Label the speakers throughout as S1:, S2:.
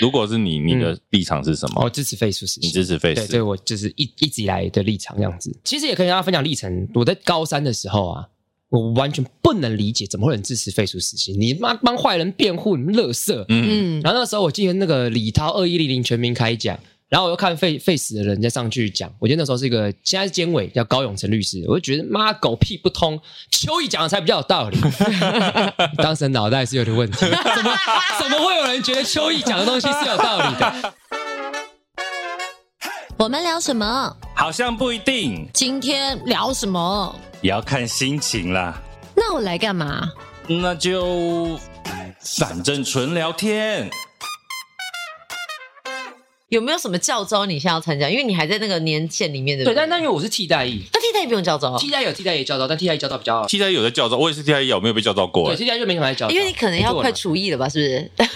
S1: 如果是你，你的立场是什么？
S2: 我支持废除死
S1: 你
S2: 刑。
S1: 支持 face？
S2: 嗯哦对，这我就是一一直以来的立场这样子。其实也可以跟大家分享历程。我在高三的时候啊，我完全不能理解怎么会有人支持废除死刑。你妈帮坏人辩护，你们乐色。
S1: 嗯，
S3: 嗯，
S2: 然后那时候我记得那个李涛二一零零全民开讲，然后我又看废废死的人在上去讲，我觉得那时候是一个现在是监委叫高永成律师，我就觉得妈狗屁不通，邱毅讲的才比较有道理。 当时脑袋是有点问题，怎么怎么会有人觉得邱毅讲的东西是有道理的？
S3: 我们聊什么？
S1: 好像不一定，
S3: 今天聊什么？
S1: 也要看心情啦。
S3: 那我来干嘛？
S1: 那就反正纯聊天。
S3: 有没有什么教招你现在要参加？因为你还在那个年限里面的。
S2: 对，但
S3: 那
S2: 但因为我是替代役，
S3: 那替代也不用教招，
S2: 替代有替代役教导，但替代役教导比较。
S1: T 代有在教招，我也是 T 代有没有被教招过欸
S2: 对，？替代役就没什么来教导，
S3: 因为你可能要
S1: 啊
S3: 快
S2: 出。
S3: 厨艺了吧？是不是？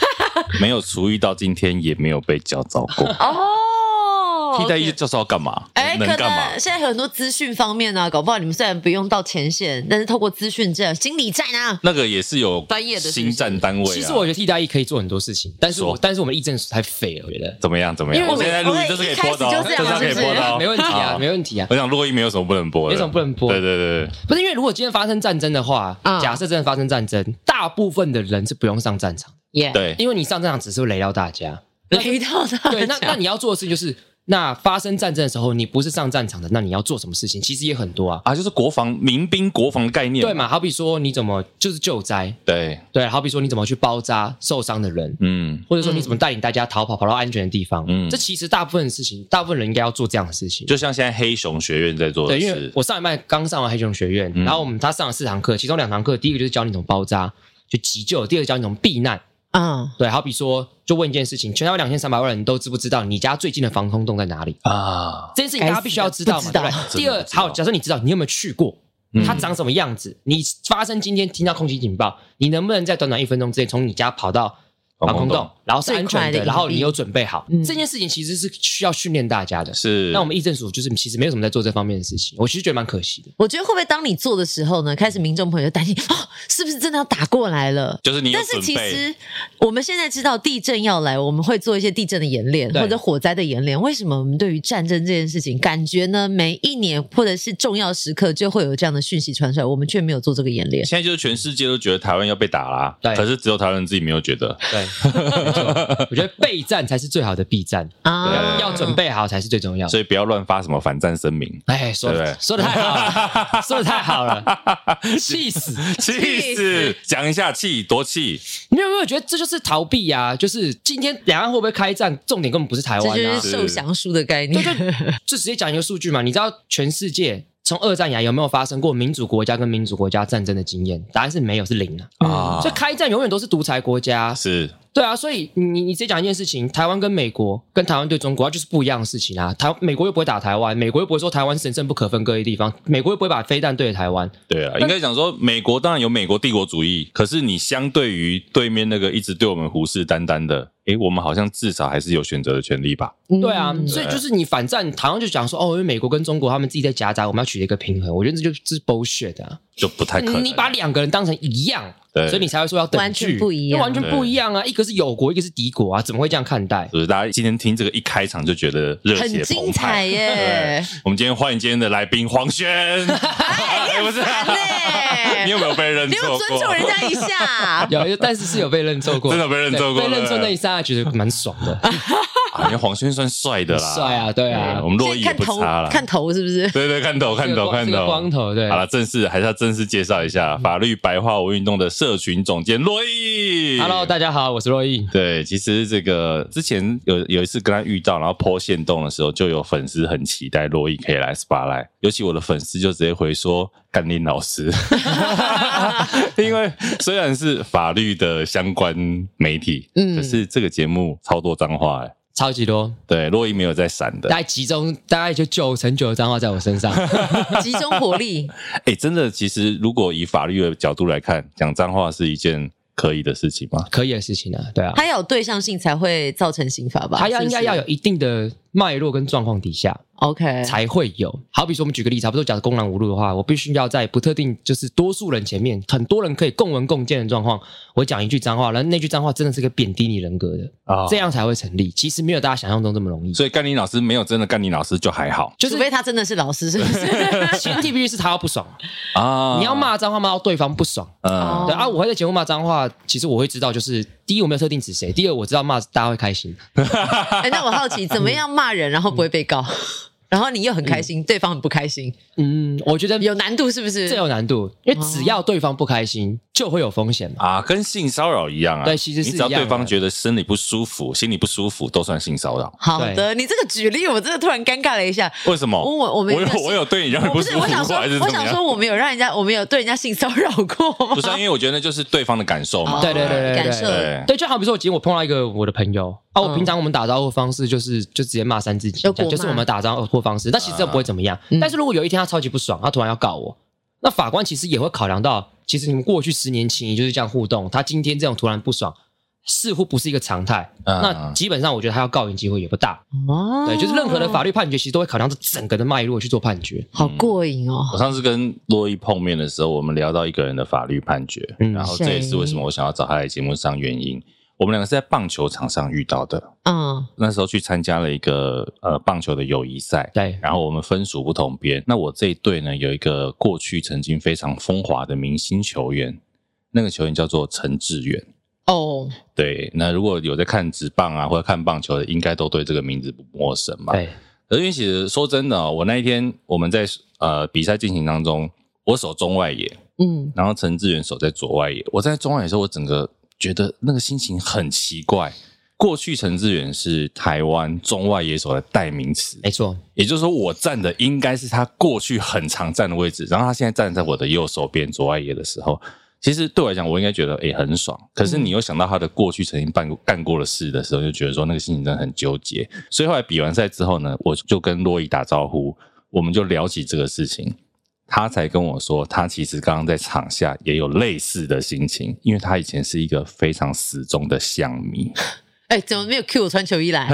S1: 没有厨艺到今天也没有被教招过。
S3: 哦
S1: T 代
S3: OK
S1: 一教招干嘛？
S3: 哎，可
S1: 能干嘛
S3: 能？现在有很多资讯方面啊，搞不好你们虽然不用到前线，但是透过资讯站、心理站啊，
S1: 那个也是有
S3: 专业的是不是
S1: 新战单位啊。
S2: 其实我觉得替代役可以做很多事情，但是我
S1: 说
S2: 但是我们议政署太废了，我觉得。
S1: 怎么样？怎么样？
S3: 因为我
S1: 我现在录音
S3: 我
S1: 这是可以播的
S3: 一开
S1: 哦，
S3: 始就这样
S1: 是可以播的哦，
S2: 没问题啊，
S1: 好
S2: 没问题啊。
S1: 我想录音没有什么不能播的，
S2: 没什么不能播
S1: 对对对，对
S2: 不是因为如果今天发生战争的话，
S3: 嗯
S2: 假设真的发生战争，大部分的人是不用上战场的，
S3: 耶，
S1: 对，
S2: 因为你上战场只是会雷到大家。
S3: 雷到他。
S2: 对，那那你要做的事情就是，那发生战争的时候，你不是上战场的，那你要做什么事情？其实也很多啊，
S1: 啊，就是国防民兵国防的概念，
S2: 对？嘛？好比说你怎么就是救灾，
S1: 对，
S2: 对，好比说你怎么去包扎受伤的人，
S1: 嗯，
S2: 或者说你怎么带领大家逃跑，跑到安全的地方。
S1: 嗯
S2: 这其实大部分的事情，大部分人应该要做这样的事情。
S1: 就像现在黑熊学院在做的
S2: 对，因为
S1: 事，
S2: 我上一拜刚上完黑熊学院，
S1: 嗯
S2: 然后我们他上了四堂课，其中两堂课，第一个就是教你怎么包扎，就急救；第二个教你怎么避难。
S3: 嗯，
S2: 对，好比说，就问一件事情，全台湾两千三百万人都知不知道你家最近的防空洞在哪里？
S1: 啊，
S2: 这件事情大家必须要知道嘛，
S3: 该死的
S2: 对不
S3: 不
S1: 知
S2: 对？
S1: 道
S2: 第二
S1: 真的不，知道
S2: 好，假设你知道，你有没有去过？
S1: 嗯
S2: 它长什么样子？你发生今天听到空袭警报，你能不能在短短一分钟之内从你家跑到防空洞，然后是安
S3: 最快
S2: 全
S3: 的
S2: 的，然后
S3: 隐蔽
S2: 你有准备好？
S3: 嗯
S2: 这件事情其实是需要训练大家的。
S1: 是，
S2: 那我们议政署就是其实没有什么在做这方面的事情，我其实觉得蛮可惜的。
S3: 我觉得会不会当你做的时候呢，开始民众朋友就担心哦，是不是真的要打过来了？
S1: 就是你有
S3: 但是
S1: 准
S3: 其
S1: 备，
S3: 实我们现在知道地震要来，我们会做一些地震的演练
S2: 对
S3: 或者火灾的演练。为什么我们对于战争这件事情，感觉呢每一年或者是重要时刻就会有这样的讯息传出来，我们却没有做这个演练？
S1: 现在就是全世界都觉得台湾要被打啦，
S2: 对
S1: 可是只有台湾人自己没有觉得，
S2: 对， 没错我觉得备战才是最好的避战，
S3: 啊，
S1: 对
S2: 要准。备好才是最重要的。，
S1: 所以不要乱发什么反战声明
S2: 哎，说
S1: 对不对
S2: 说的太好了，说的太 好了，气死！
S1: 气死！讲一下气多气，
S2: 你有没有觉得这就是逃避呀、啊？就是今天两岸会不会开战，重点根本不是台
S3: 这
S2: 湾
S3: 就
S2: 啊，
S3: 是受降书的概念，
S2: 就直接讲一个数据嘛。你知道全世界从二战以来有没有发生过民主国家跟民主国家战争的经验？答案是没有，是零啊。
S3: 嗯
S1: 啊
S2: 所以开战永远都是独裁国家，
S1: 是
S2: 对啊，所以你你直接讲一件事情，台湾跟美国跟台湾对中国，它就是不一样的事情啊。台美国又不会打台湾，美国又不会说台湾是神圣不可分割的地方，美国又不会把飞弹对着台湾。
S1: 对啊，应该讲说，美国当然有美国帝国主义，可是你相对于对面那个一直对我们虎视眈眈的，诶，我们好像至少还是有选择的权利吧？
S3: 嗯
S2: 对啊，所以就是你反战，台湾就讲说哦，因为美国跟中国他们自己在夹杂，我们要取得一个平衡。我觉得这就是这是 bullshit 啊，
S1: 就不太可
S2: 你
S1: 能。
S2: 你把两个人当成一样，
S1: 对
S2: 所以你才会说要等
S3: 完全
S2: 距
S3: 不一样
S2: 那完全不一样啊！一个是友国，一个是敌国啊，怎么会这样看待？，
S1: 就是大家今天听这个一开场就觉得热
S3: 很
S1: 血
S3: 精
S1: 澎
S3: 彩
S1: 湃。
S3: 耶，
S1: 我们今天欢迎今天的来宾黄 轩，哎不是
S3: 哎很 嘞
S1: 你有没有被认
S3: 你
S1: 错过？
S3: 有尊重人家一下
S2: 有，但是是有被认错过，
S1: 真的被认错过
S2: 对被认错
S1: 对
S2: 那一刹那觉得蛮爽的，
S1: 啊，因为黄轩算帅的啦，
S2: 帅啊对啊
S1: 我们洛
S3: 先
S1: 伊也
S3: 看
S1: 不
S3: 头
S1: 差啦。
S3: 看头是不是？
S1: 对对，看头看
S2: 这个
S1: 头
S2: 光
S1: 看
S2: 这个
S1: 头，
S2: 光嗯头对
S1: 好了，正式还是要正式介绍一下法律白话文运动的社群总监洛伊。
S2: Hello，大家好，我是洛毅。
S1: 对，其实这个之前有有一次跟他遇到，然后剖线洞的时候，就有粉丝很期待洛伊可以来 SPA 来，尤其我的粉丝就直接回说甘霖老 师，因为虽然是法律的相关媒体，
S3: 嗯
S1: 可是这个节目超多脏话、欸，
S2: 超级多，
S1: 对，洛伊没有在闪的
S2: 大，概集中大概就九成九的脏话在我 身上，
S3: 集中火力，
S1: 哎、真的，其实如果以法律的角度来看，讲脏话是一件可以的事情吗？
S2: 可以的事情啊，对啊，
S3: 它要有对象性才会造成刑罚吧？
S2: 他要
S3: 是
S2: 应
S3: 不
S2: 该
S3: 是
S2: 要有一定的脉络跟状况底下
S3: OK，
S2: 才会有。好比说，我们举个例子，差不多假设公然无路的话，我必须要在不特定就是多数人前面，很多人可以共文共见的状况，我讲一句脏话，然后那句脏话真的是个贬低你人格的，
S1: 啊
S2: 这样才会成立。其实没有大家想象中这么容易。
S1: 所以甘霖老师没有真的甘霖老师就还好
S2: 就是
S3: 除非他真的是老师，是不 是？
S2: 前提必须是他要不爽，
S1: 啊
S2: 你要，骂脏话骂到对方不爽。
S1: 嗯
S3: 哦
S2: 对啊，我会在节目骂脏话，其实我会知道，就是第一我没有特定指谁，第二我知道骂大家会开心。
S3: 哎，那我好奇，怎么样骂人然后不会被告，
S1: 嗯
S3: 然后你又很开心，对方很不开心，
S2: 嗯，我觉得
S3: 有难度是不是
S2: 这？有难度，因为只
S3: 哦
S2: 要对方不开心，就会有风险嘛。
S1: 啊，跟性骚扰一样啊，
S2: 对其实是
S1: 你只要
S2: 一样的
S1: 对方觉得身体不舒服、心里不舒服，都算性骚扰。
S3: 好
S2: 对
S3: 的，你这个举例我真的突然尴尬了一下。
S1: 为什么？
S3: 我哦我我没
S1: 我有
S3: 那是
S1: 哦我有对你让你
S3: 我不
S1: 舒
S3: 是，
S1: 服，
S3: 我想说
S1: 还是，
S3: 我
S1: 怎么
S3: 想
S1: 样
S3: 说，？我们有让人家，我们有对人家性骚扰过吗
S1: 不？是啊，因为我觉得那就是对方的感受
S3: 哦
S1: 嘛。
S2: 对对对对对
S3: 感受
S1: 对
S2: 对，就好比说，今天我碰到一个我的朋友啊，我
S3: 嗯
S2: 平常我们打招呼的方式就是就直接骂三字经，
S3: 有
S2: 这样
S3: 国
S2: 就是
S3: 骂
S2: 我们打招呼方式，但其实这不会怎么样
S3: 嗯。
S2: 但是如果有一天他超级不爽，他突然要告我，那法官其实也会考量到，其实你们过去十年情谊就是这样互动，他今天这种突然不爽，似乎不是一个常态。
S1: 嗯
S2: 那基本上我觉得他要告赢机会也不大。
S3: 哦
S2: 对，就是任何的法律判决其实都会考量这整个的脉络去做判决。
S3: 好过瘾哦
S1: 我。上次跟洛伊碰面的时候，我们聊到一个人的法律判决，
S2: 嗯
S1: 然后这也是为什么我想要找他来节目上原因。我们两个是在棒球场上遇到的，
S3: 嗯，
S1: 那时候去参加了一个呃棒球的友谊赛，
S2: 对，
S1: 然后我们分属不同边。那我这一队呢，有一个过去曾经非常风华的明星球员，那个球员叫做陈志远。
S3: 哦，
S1: 对，那如果有在看职棒啊或者看棒球的，应该都对这个名字不陌生嘛。
S2: 对，
S1: 可是因为其实说真的、哦，我那一天我们在呃比赛进行当中，我守中外野，
S3: 嗯，
S1: 然后陈志远守在左外野。我在中外野的时候，我整个觉得那个心情很奇怪。过去陈志远是台湾中外野手的代名词，
S2: 没错，
S1: 也就是说，我站的应该是他过去很常站的位置，然后他现在站在我的右手边左外野的时候，其实对我来讲，我应该觉得诶、很爽。可是你又想到他的过去曾经办过干过的事的时候，就觉得说那个心情真的很纠结。所以后来比完赛之后呢，我就跟洛伊打招呼，我们就聊起这个事情。他才跟我说，他其实刚刚在场下也有类似的心情，因为他以前是一个非常死忠的象迷。
S3: 哎，怎么没有 Q 我穿球衣 来？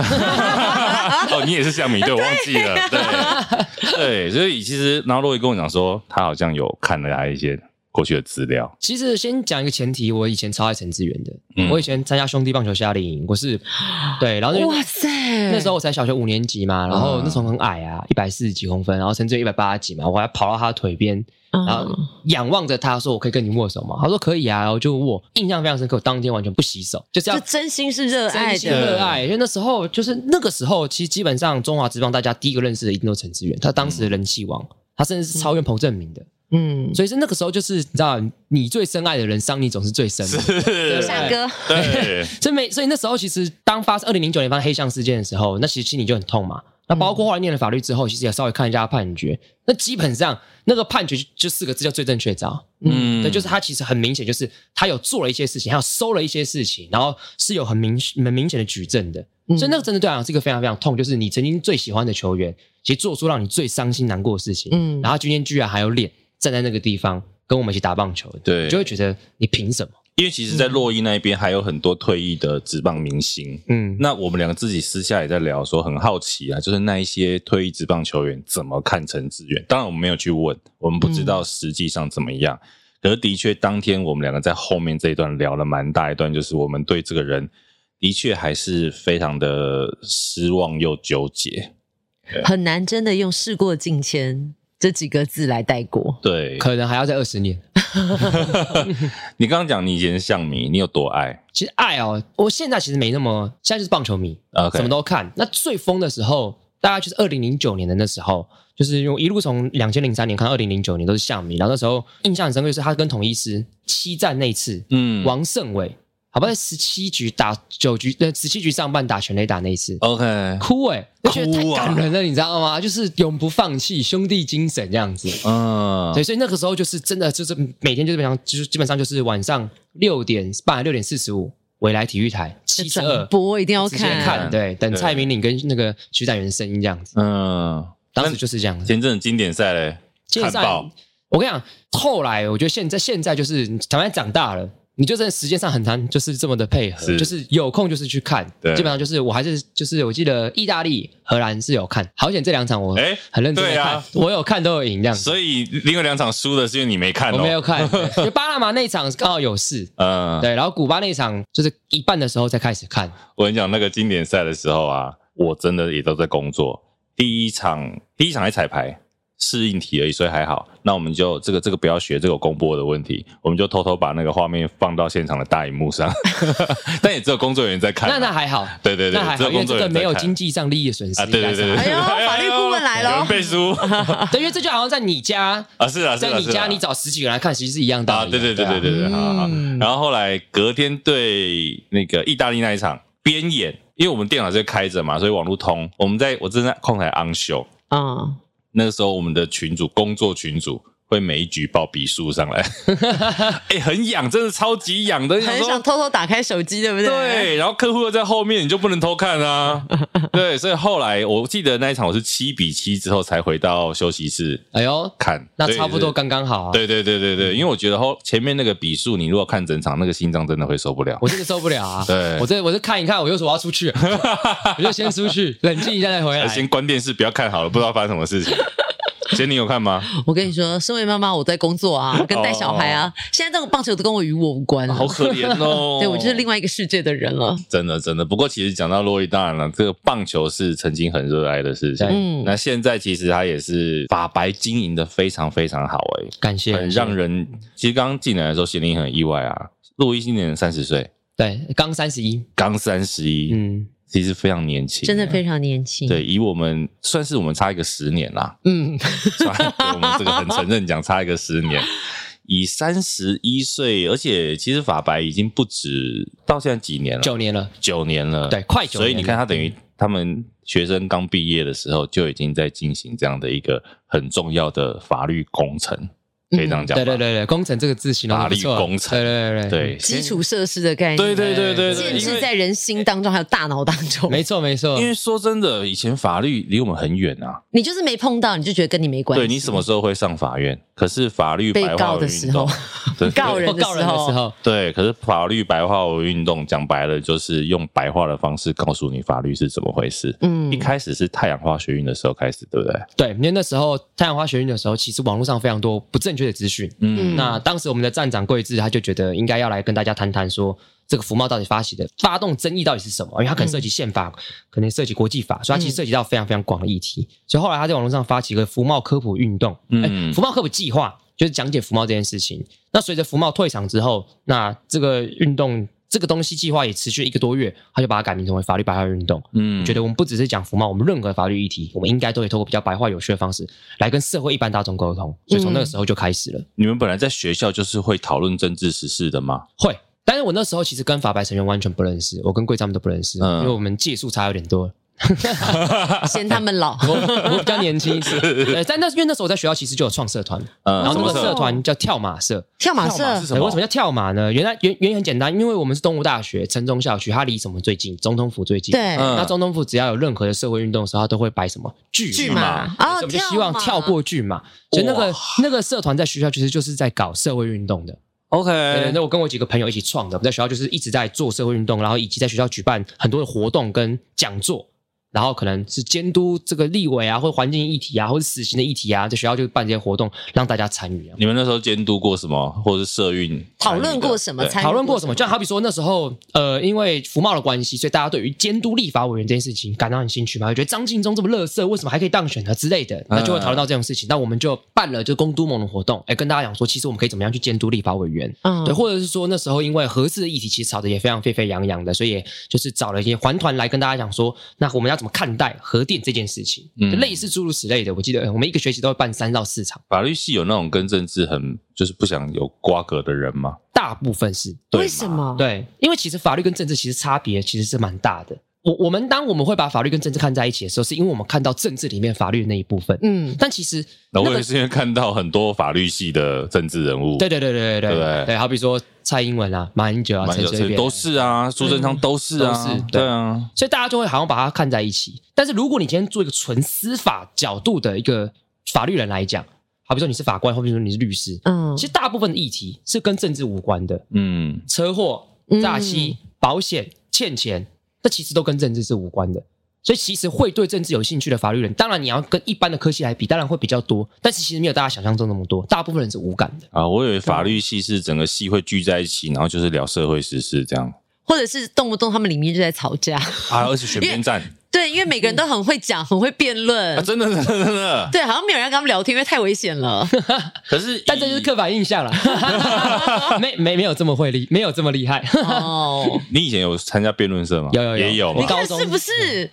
S1: 哦，你也是象迷，对，我忘记了，对，对，所以其实，然后洛伊跟我讲说，他好像有看了他一些过去的资料，
S2: 其实先讲一个前提，我以前超爱陈志远的。
S1: 嗯
S2: 我以前参加兄弟棒球夏令营，我 是对，然后那
S3: 哇塞，
S2: 那时候我才小学五年级嘛，然后那时候很矮啊，一百四十几公分，然后陈志远一百八十几嘛，我还跑到他的腿边，
S3: 嗯，
S2: 然后仰望着他说：“我可以跟你握手吗？”他说：“可以啊。”然后就握，印象非常深刻。我当天完全不洗手，就这
S3: 就
S2: 样
S3: 真心是热爱
S2: 真心
S3: 的，
S2: 热爱，因为那时候就是那个时候，其实基本上中华职棒大家第一个认识的一定都是陈志远，他当时的人气王，他甚至是超越彭正明的。
S3: 嗯，
S2: 所以是那个时候，就是你知道，你最深爱的人伤你总是最深的。
S1: 对
S3: 夏哥，
S1: 对，
S2: 所以每所以那时候，其实当发生二零零九年发生黑象事件的时候，那其实心里就很痛嘛。那包
S3: 嗯
S2: 括后来念了法律之后，其实也稍微看一下判决。那基本上那个判决就就四个字叫罪证确凿。
S1: 嗯
S2: 对，就是他其实很明显，就是他有做了一些事情，还有收了一些事情，然后是有很明很明显的举证的。
S3: 嗯
S2: 所以那个真的对我来讲是一个非常非常痛，就是你曾经最喜欢的球员，其实做出让你最伤心难过的事情，
S3: 嗯
S2: 然后今天居然还有脸站在那个地方跟我们一起打棒球，
S1: 对
S2: 你就会觉得你凭什么？
S1: 因为其实，在洛伊那边还有很多退役的职棒明星。
S2: 嗯，
S1: 那我们两个自己私下也在聊，说很好奇啊，就是那一些退役职棒球员怎么看陈志远？当然我们没有去问，我们不知
S2: 嗯
S1: 道实际上怎么样。可是的确，当天我们两个在后面这一段聊了蛮大一段，就是我们对这个人的确还是非常的失望又纠结。
S3: 很难真的用事过境迁这几个字来带过。
S1: 对，
S2: 可能还要再二十年。
S1: 你刚刚讲你以前是象迷，你有多爱？
S2: 其实爱哦，我现在其实没那么，现在就是棒球迷
S1: OK
S2: 什么都看。那最疯的时候，大概就是二零零九年的那时候，就是我一路从两千零三年看到二零零九年都是象迷，然后那时候印象很深刻，就是他跟统一师七战那一次，
S1: 嗯
S2: 王胜伟，好吧，在十七局打九局，呃，十七局上半打全垒打那一次，
S1: ，OK，
S2: 哭哎、我觉得太
S1: 哦哭啊
S2: 感人了，你知道吗？就是永不放弃，兄弟精神这样子。
S1: 嗯
S2: 对，所以那个时候就是真的，就是每天就是非常，就是基本上就是晚上六点半、六点四十五，回来体育台七十二
S3: 转播一定要
S2: 直接
S3: 看，啊
S2: 看，对，等
S1: 对
S2: 蔡明岭跟那个徐展元的声音这样子，
S1: 嗯，
S2: 当时就是这样子。
S1: 前阵子经典赛嘞，
S2: 现
S1: 看
S2: 在
S1: 爆，
S2: 我跟你讲，后来我觉得现在现在就是台湾长大了，你就在时间上很难，就是这么的配合，
S1: 是
S2: 就是有空就是去看，
S1: 对
S2: 基本上就是我还是就是我记得意大利、荷兰是有看，好险这两场我
S1: 哎
S2: 很认真的
S1: 对啊
S2: 看，我有看都有赢这样子，
S1: 所以另外两场输的是因为你没看
S2: 我
S1: 哦，
S2: 没有看，对就巴拿马那场刚好有事，
S1: 嗯，
S2: 对，然后古巴那场就是一半的时候才开始看，
S1: 我跟你讲，那个经典赛的时候啊，我真的也都在工作。第一场，第一场还彩排适应题而已，所以还好。那我们就这个这个不要学这个有公播的问题，我们就偷偷把那个画面放到现场的大荧幕上， 但也只有工作人员在看啊、
S2: 那那还好，
S1: 对对对，
S2: 那还
S1: 只
S2: 好，
S1: 有
S2: 因为
S1: 工
S2: 这
S1: 作
S2: 个
S1: 人员在
S2: 没有
S1: 看
S2: 经济上利益损失
S1: 啊，对对对对，
S2: 应
S1: 对
S2: 该是
S3: 哎呦
S2: 还好
S3: 法律顾问来咯
S1: 有人背书啊，
S2: 对，因为这就好像在你家，
S1: 是啊，是
S2: 在
S1: 啊，
S2: 你
S1: 是
S2: 家
S1: 啊
S2: 你找十几个人来看，其实是一样道
S1: 啊，
S2: 理
S1: 对对
S2: 的，
S1: 对
S2: 啊
S1: 对对对，好好。
S3: 嗯
S1: 然后后来隔天对那个意大利那一场边演，因为我们电脑是开着嘛，所以网络通，我们在我正在控台 on 秀，
S3: 嗯，
S1: 那个时候我们的群主工作群主会每一局报比数上来， 哎、很痒，真的超级痒的，
S3: 很想
S2: 欸
S1: 说
S3: 偷偷打开手机，对不对？
S1: 对，然后客户又在后面，你就不能偷看 啊。对，所以后来我记得那一场我是七比七之后才回到休息室
S2: 哎呦，
S1: 看，
S2: 那
S1: 所以
S2: 差不多
S1: 是。
S2: 刚刚好啊，
S1: 对对对对
S3: 嗯
S1: 对，因为我觉得后前面那个比数，你如果看整场，那个心脏真的会受不了。
S2: 我真的受不了啊！
S1: 对
S2: 我这我这看一看，我就说我要 出去，我就先出去，冷静一下再回来。
S1: 哎先关电视，不要看好了，不知道发生什么 事情。姐，你有看吗？
S3: 我跟你说，身为妈妈，我在工 作啊，跟带小孩啊，现在这种棒球都跟我与我无关了。！
S1: 哦好可怜哦
S3: 对我就是 另外一个世界的人了。
S1: 真的真的。不过其实讲到洛伊，当然了，这个棒球是曾经很热爱的事情。
S3: 嗯
S1: 那现在其实他也是把白经营的非常非常好、欸，
S2: 感谢，
S1: 很让人。其实刚刚进来的时候，心里很意外啊。洛伊今年三十岁，
S2: 对，刚三十一，
S1: 刚三十一，
S2: 嗯，
S1: 其实非常年轻，
S3: 真的非常年轻。
S1: 啊对。，以我们算是我们差一个十年啦，
S3: 嗯，
S1: 差对我们这个很承认讲差一个十年。以三十一岁，而且其实法白已经不止到现在几年了，
S2: 九年了，
S1: 九年了，
S2: 对快九年了嗯
S1: 所以你看，他等于他们学生刚毕业的时候就已经在进行这样的一个很重要的法律工程，可以这样讲吧、
S2: 嗯对对对对，工程这个字形容得不错啊
S1: 法律工程
S2: 对对对
S1: 对
S3: 基础设施的概念，
S1: 对对对对对，
S3: 建
S1: 因
S3: 制
S1: 为
S3: 在人心当中，还有大脑当中。
S2: 没错没错
S1: 因，为说真的，以前法律离我们很远啊。
S3: 你就是没碰到，你就觉得跟你没关系。
S1: 对你什么时候会上法院？可是法律
S3: 被
S1: 白话
S3: 告的
S1: 文
S3: 时
S1: 运动
S3: 候，
S1: 对
S3: 告人
S2: 或告人的时候，
S1: 对，可是法律白话文运动讲白了，就是用白话的方式告诉你法律是怎么回事。
S3: 嗯
S1: 一，开始是太阳花学运的时候开始，对不对？
S2: 对，因为那时候太阳花学运的时候，其实网络上非常多不正确的资讯。
S3: 嗯
S2: 那当时我们的站长桂志他就觉得应该要来跟大家谈谈说，这个服贸到底发起的发动争议到底是什么？因为它可能涉及宪法，可能涉及国际法，所以它其实涉及到非常非常广的议题。所以后来他在网络上发起一个服贸科普运动，
S1: 嗯
S2: 嗯，服贸科普计划就是讲解服贸这件事情。那随着服贸退场之后，那这个运动这个东西计划也持续一个多月，他就把它改名成为法律白话运动。
S1: 嗯
S2: 觉得我们不只是讲服贸，我们任何法律议题，我们应该都会透过比较白话有趣的方式来跟社会一般大众沟通。所以
S3: 嗯
S2: 从那个时候就开始了，
S1: 你们本来在学校就是会讨论政治时事的吗？
S2: 会。但是我那时候其实跟法白成员完全不认识，我跟贵他们都不认识，
S1: 嗯
S2: 因为我们届数差有点多。
S3: 嫌他们 老，
S2: 我 我比较年轻一点，对，但那因为那时候我在学校其实就有创社团，
S1: 嗯，
S2: 然后
S1: 什
S2: 那
S1: 么
S2: 个社
S1: 社？
S2: 团叫跳马社，
S3: 跳马哎
S1: 跳马
S3: 社
S1: 是，什
S2: 对
S1: 么？
S2: 为什么叫跳马呢？原来原原因很简单，因为我们是东吴大学城中校区，它离什么最近？总统府最近。
S3: 对，
S1: 嗯
S2: 那总统府只要有任何的社会运动的时候，它都会摆什么剧
S3: 巨
S1: 马
S3: 马，
S2: 所以
S3: 哦，
S2: 我们就希望跳过剧嘛。所以那个那个社团在学校其实就是在搞社会运动的。
S1: OK，
S2: 对，那我跟我几个朋友一起创的，我们在学校就是一直在做社会运动，然后以及在学校举办很多的活动跟讲座，然后可能是监督这个立委啊，或环境议题啊，或者死刑的议题啊，在学校就办这些活动让大家参与啊。
S1: 你们那时候监督过什么，或者是社运
S3: 讨论过什么
S1: 对
S3: 参与
S2: 讨论过什么？就好比说那时候，呃，因为服贸的关系，所以大家对于监督立法委员这件事情感到很兴趣嘛，就觉得张晋忠这么乐色，为什么还可以当选呢之类的，那就会讨论到这种事情。那我们就办了就公都盟的活动，哎，跟大家讲说，其实我们可以怎么样去监督立法委员。
S3: 嗯
S2: 对，或者是说那时候因为合适的议题其实吵得也非常沸沸扬扬的，所以也就是找了一些环团来跟大家讲说，那我们要怎么看待核电这件事情，
S1: 嗯
S2: 就类似诸如此类的。我记得呃我们一个学期都会办三到四场，
S1: 法律系有那种跟政治很就是不想有瓜葛的人吗？
S2: 大部分是
S1: 对嘛
S3: 为什么？
S2: 对，因为其实法律跟政治其实差别其实是蛮大的。我我们当我们会把法律跟政治看在一起的时候，是因为我们看到政治里面法律的那一部分。
S3: 嗯，
S2: 但其实
S1: 那
S2: 那
S1: 我
S2: 个
S1: 也是因为看到很多法律系的政治人物，
S2: 对对对对对
S1: 对不
S2: 对
S1: 对
S2: 对，好比说蔡英文啊、马英九啊、
S1: 蛮
S2: 陈
S1: 有
S2: 水扁啊
S1: 都。是啊，苏贞昌都是啊，
S2: 都是对
S1: 对啊，
S2: 所以大家就会好像把它看在一起。但是如果你今天做一个纯司法角度的一个法律人来讲，好比说你是法官，或者说你是律师，
S3: 嗯
S2: 其实大部分的议题是跟政治无关的，
S1: 嗯，
S2: 车祸、诈欺、保险、欠钱，这其实都跟政治是无关的。所以其实会对政治有兴趣的法律人，当然你要跟一般的科系来比，当然会比较多，但是其实没有大家想象中那么多，大部分人是无感的。
S1: 啊，我以为法律系是整个系会聚在一起，然后就是聊社会时事这样
S3: 或者是动不动他们里面就在吵架。嗯
S1: 啊，而且选边站
S3: 对，因为每个人都很会讲，很会辩论。
S1: 啊，真的真的真的，
S3: 对，好像没有人跟他们聊天，因为太危险了。
S1: 可是
S2: 但这就是
S1: 以
S2: 刻板印象了，没没没有这么会厉，没有这么厉害。
S3: 哦，
S1: 你以前有参加辩论社吗？
S2: 有有有
S1: 也有
S2: 我
S1: 嘛
S3: 你
S2: 高。
S3: 看
S2: 中
S3: 是不是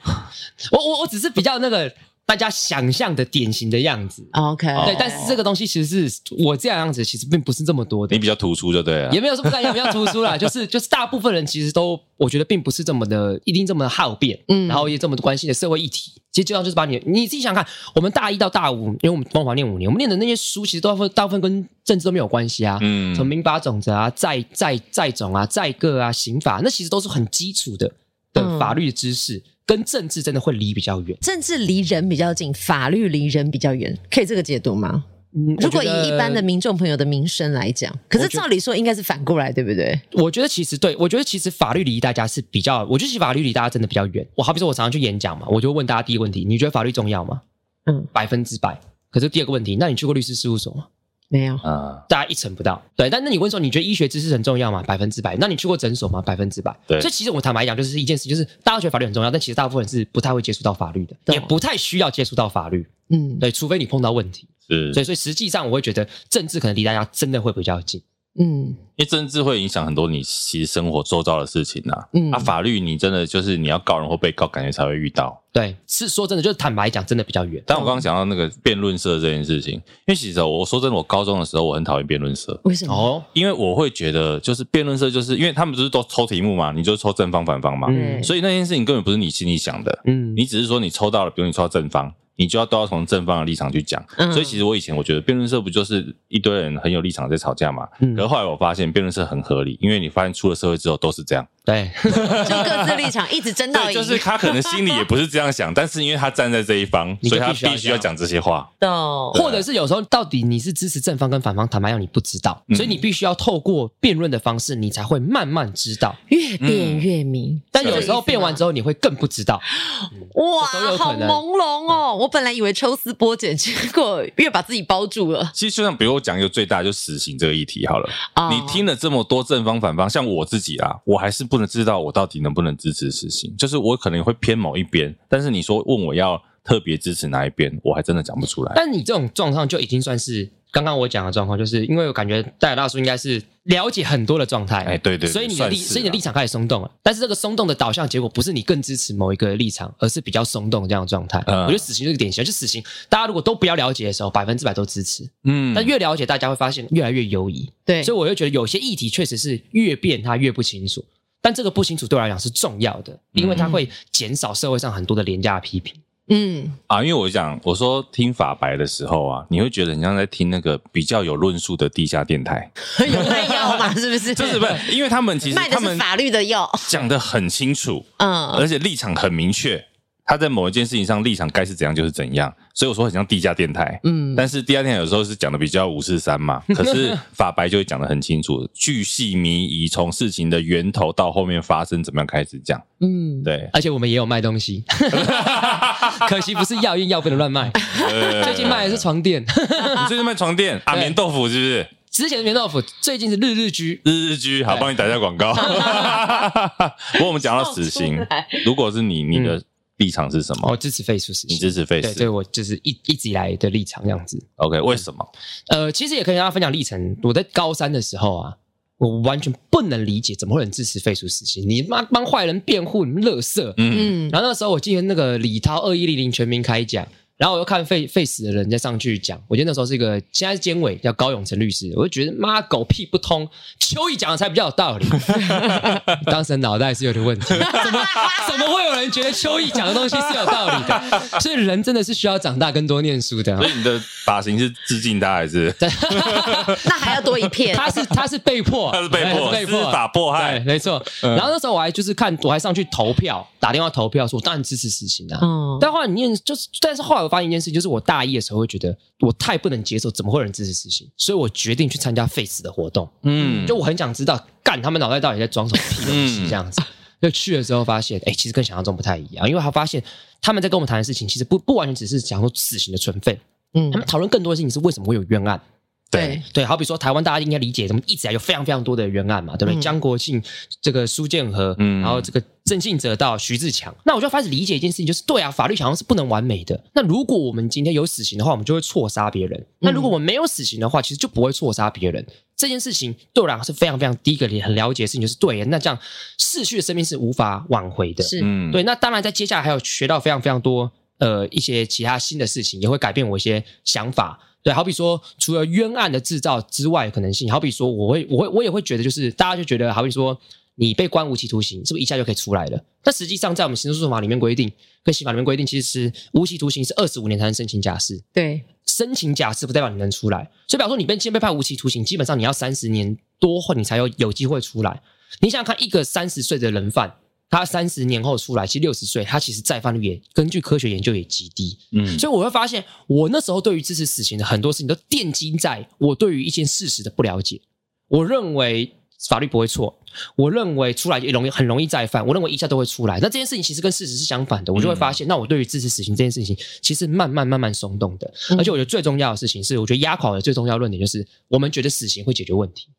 S2: 我我我只是比较那个大家想象的典型的样子，
S3: 哦？OK，
S2: 对。但是这个东西其实是我这样样子，其实并不是这么多的
S1: 你。比较突出就对了
S2: 也。没有说不敢，也没有突出啦， 就是就是大部分人其实都，我觉得并不是这么的，一定这么的好辩，嗯，
S3: 嗯
S2: 然后也这么的关心的社会议题。其实就像就是把你你自己想想看，我们大一到大五，因为我们光华念五年，我们念的那些书其实都大部分大部分跟政治都没有关系啊，
S1: 嗯
S2: 从民法总则啊、债债债种啊、债个啊、刑法，那其实都是很基础的
S3: 嗯
S2: 的法律知识，跟政治真的会离比较远。
S3: 政治离人比较近，法律离人比较远，可以这个解读吗？
S2: 嗯，
S3: 如果
S2: 我觉得
S3: 以一般的民众朋友的民生来讲，可是
S2: 我觉得
S3: 照理说应该是反过来，对不对？
S2: 我觉得其实对，我觉得其实法律离大家是比较，我觉得其实法律离大家真的比较远。我好比说，我常常去演讲嘛，我就问大家第一个问题：你觉得法律重要吗？
S3: 嗯，
S2: 百分之百。可是第二个问题，那你去过律师事务所吗？
S3: 没有，
S1: 啊，
S2: 大家一成不到。对，但那你问说，你觉得医学知识很重要吗？百分之百。那你去过诊所吗？百分之百。
S1: 对
S2: 所以其实我坦白讲，就是一件事，就是大家觉得法律很重要，但其实大部分人是不太会接触到法律的，
S3: 懂
S2: 也不太需要接触到法律。
S3: 嗯
S2: 对，除非你碰到问题。
S1: 是
S2: 所以，所以实际上我会觉得政治可能离大家真的会比较近。
S3: 嗯
S1: 因为政治会影响很多你其实生活周遭的事情呐、啊。
S3: 嗯
S1: 啊，法律你真的就是你要告人或被告，感觉才会遇到。
S2: 对，是说真的，就是坦白讲，真的比较远。
S1: 但我刚刚讲到那个辩论社这件事情，因为其实我说真的，我高中的时候我很讨厌辩论社，
S3: 为什么？
S2: 哦，
S1: 因为我会觉得就是辩论社就是因为他们就是都抽题目嘛，你就抽正方反方嘛，
S3: 嗯
S1: 所以那件事情根本不是你心里想的，
S2: 嗯，
S1: 你只是说你抽到了，比如你抽到正方，你就要都要从正方的立场去讲。
S3: 嗯
S1: 所以其实我以前我觉得辩论社不就是一堆人很有立场在吵架嘛，
S2: 嗯
S1: 可是后来我发现辩论社很合理，因为你发现出了社会之后都是这样。
S2: 对，
S3: 就各自立 场一直争到
S1: 对，
S3: 赢，
S1: 就是他可能心里也不是这样想，但是因为他站在这一方，
S2: 你就
S1: 所以他
S2: 必须要
S1: 必须要
S2: 这
S1: 讲
S2: 样
S1: 这些话。
S3: 懂
S1: 对
S2: 或者是有时候到底你是支持正方跟反方，坦白讲你不知道，
S1: 嗯
S2: 所以你必须要透过辩论的方式，你才会慢慢知道。
S3: 越辩越明。
S2: 但有时候辩完之
S3: 后，
S2: 后，你会更不知道。
S3: 哇，
S2: 这都有
S3: 好
S2: 可
S3: 朦
S2: 能嗯
S3: 胧哦！我本来以为抽丝剥茧，结果越把自己包住了。
S1: 其实就像比如我讲一个最大就死刑这个议题好了，
S2: 啊
S3: 哦
S1: 你听了这么多正方反方，像我自己啊，我还是不能知道我到底能不能支持死刑，就是我可能会偏某一边，但是你说问我要特别支持哪一边，我还真的讲不出来。
S2: 但你这种状况就已经算是刚刚我讲的状况，就是因为我感觉戴尔大叔应该是了解很多的状态，
S1: 哎对对对
S2: 所以你的立，
S1: 算是啊
S2: 所以你的立场开始松动了。但是这个松动的导向结果不是你更支持某一个立场，而是比较松动这样的状态。
S1: 嗯
S2: 我觉得死刑就是典型，就死刑，大家如果都不要了解的时候，百分之百都支持，
S1: 嗯
S2: 但越了解，大家会发现越来越犹疑。
S3: 对，
S2: 所以我就觉得有些议题确实是越变它越不清楚，但这个不清楚对我来讲是重要的，因为它会减少社会上很多的廉价的批评。
S3: 嗯，
S1: 啊，因为我讲我说听法白的时候啊，你会觉得你像在听那个比较有论述的地下电 台，
S3: 有卖药 嘛？是不是？
S1: 就是不是？因为他们其实
S3: 卖
S1: 他
S3: 的是
S1: 们
S3: 法律的药。
S1: 讲的很清楚，
S3: 嗯
S1: 而且立场很明确，他在某一件事情上立场该是怎样就是怎样，所以我说很像地下电台。
S3: 嗯，
S1: 但是地下电台有时候是讲的比较五四三嘛，可是法白就会讲的很清楚，巨细靡遗，从事情的源头到后面发生怎么样开始讲。
S3: 嗯，
S1: 对，
S2: 而且我们也有卖东 西，可惜不是药印药不能乱卖，最近卖的是床垫，
S1: 你最近卖床垫啊，
S2: 对
S1: 棉豆腐是不是？
S2: 之前的棉豆腐，最近是日日居。
S1: 日日居好，
S2: 对
S1: 帮你打一下广告。不过我们讲到死
S3: 笑
S1: 刑
S3: 出来，
S1: 如果是你，你的立场是什
S2: 我
S1: 么？
S2: 支持废除死
S1: 你
S2: 刑
S1: 支，持废
S2: 对，这
S1: 死
S2: 个我就是一一直以来的立场这样子。
S1: ？OK，为什么？
S2: 呃，其实也可以跟大家分享历程。我在高三的时候啊，我完全不能理解怎么会有人支持废除死刑，你妈帮坏人辩护，你们乐色。
S1: 嗯
S3: 嗯
S2: 然后那时候我记得那个李涛二一零零全民开讲，然后我又看废废死的人在上去讲，我记得那时候是一个现在是监委叫高永成律师，我就觉得妈狗屁不通，邱毅讲的才比较有道理， 当时脑袋是有点问题，怎么怎么会有人觉得邱毅讲的东西是有道理的？所以人真的是需要长大跟多念书的。啊
S1: 所以你的发型是致敬他还是？
S3: 那还要多一片。
S2: 他是他是被迫，
S1: 他是被迫
S2: 对被迫
S1: 司法迫害嗯
S2: 对，没错。然后那时候我还就是看，我还上去投票，打电话投票说，我当然支持死刑啊。
S3: 嗯，
S2: 但后来你念就是，但是后来我发现一件事，就是我大一的时候会觉得我太不能接受，怎么会有人支持死刑？所以我决定去参加 Face 的活动，
S1: 嗯，
S2: 就我很想知道，干他们脑袋到底在装什么屁东西这样子。就去了之后发现，哎、其实跟想象中不太一样，因为他发现他们在跟我们谈的事情，其实不不完全只是讲说死刑的存废，
S3: 嗯
S2: 他们讨论更多的事情是为什么会有冤案。
S3: 对，
S2: 对，好比说台湾，大家应该理解，我们一直以来有非常非常多的冤案嘛，对不对？
S3: 嗯
S2: 江国庆、这个苏建和，
S1: 嗯
S2: 然后这个郑信哲到徐志强，那我就开始理解一件事情，就是对啊，法律好像是不能完美的。那如果我们今天有死刑的话，我们就会错杀别人；那
S3: 嗯
S2: 如果我们没有死刑的话，其实就不会错杀别人。这件事情对我来讲是非常非常第一个很了解的事情，就是对，那这样逝去的生命是无法挽回的。
S3: 是，
S1: 嗯，
S2: 对，那当然，在接下来还有学到非常非常多呃一些其他新的事情，也会改变我一些想法。对，好比说，除了冤案的制造之外，可能性，好比说，我会，我会，我也会觉得，就是大家就觉得，好比说，你被关无期徒刑，是不是一下就可以出来了？但实际上，在我们刑事诉讼法里面规定，跟刑法里面规定，其实无期徒刑是二十五年才能申请假释，
S3: 对，
S2: 申请假释不代表你能出来，所以比方说你被先被判无期徒刑，基本上你要三十年多后你才有有机会出来。你想想看，一个三十岁的人犯，他三十年后出来，其实六十岁，他其实再犯率也根据科学研究也极低。
S1: 嗯，
S2: 所以我会发现，我那时候对于支持死刑的很多事情都奠基在我对于一件事实的不了解。我认为法律不会错，我认为出来也容易很容易再犯，我认为一下都会出来。那这件事情其实跟事实是相反的，我就会发现，那我对于支持死刑这件事情，其实慢慢慢慢松动的。
S3: 嗯
S2: 而且我觉得最重要的事情是，我觉得压垮我的最重要论点就是，我们觉得死刑会解决问题，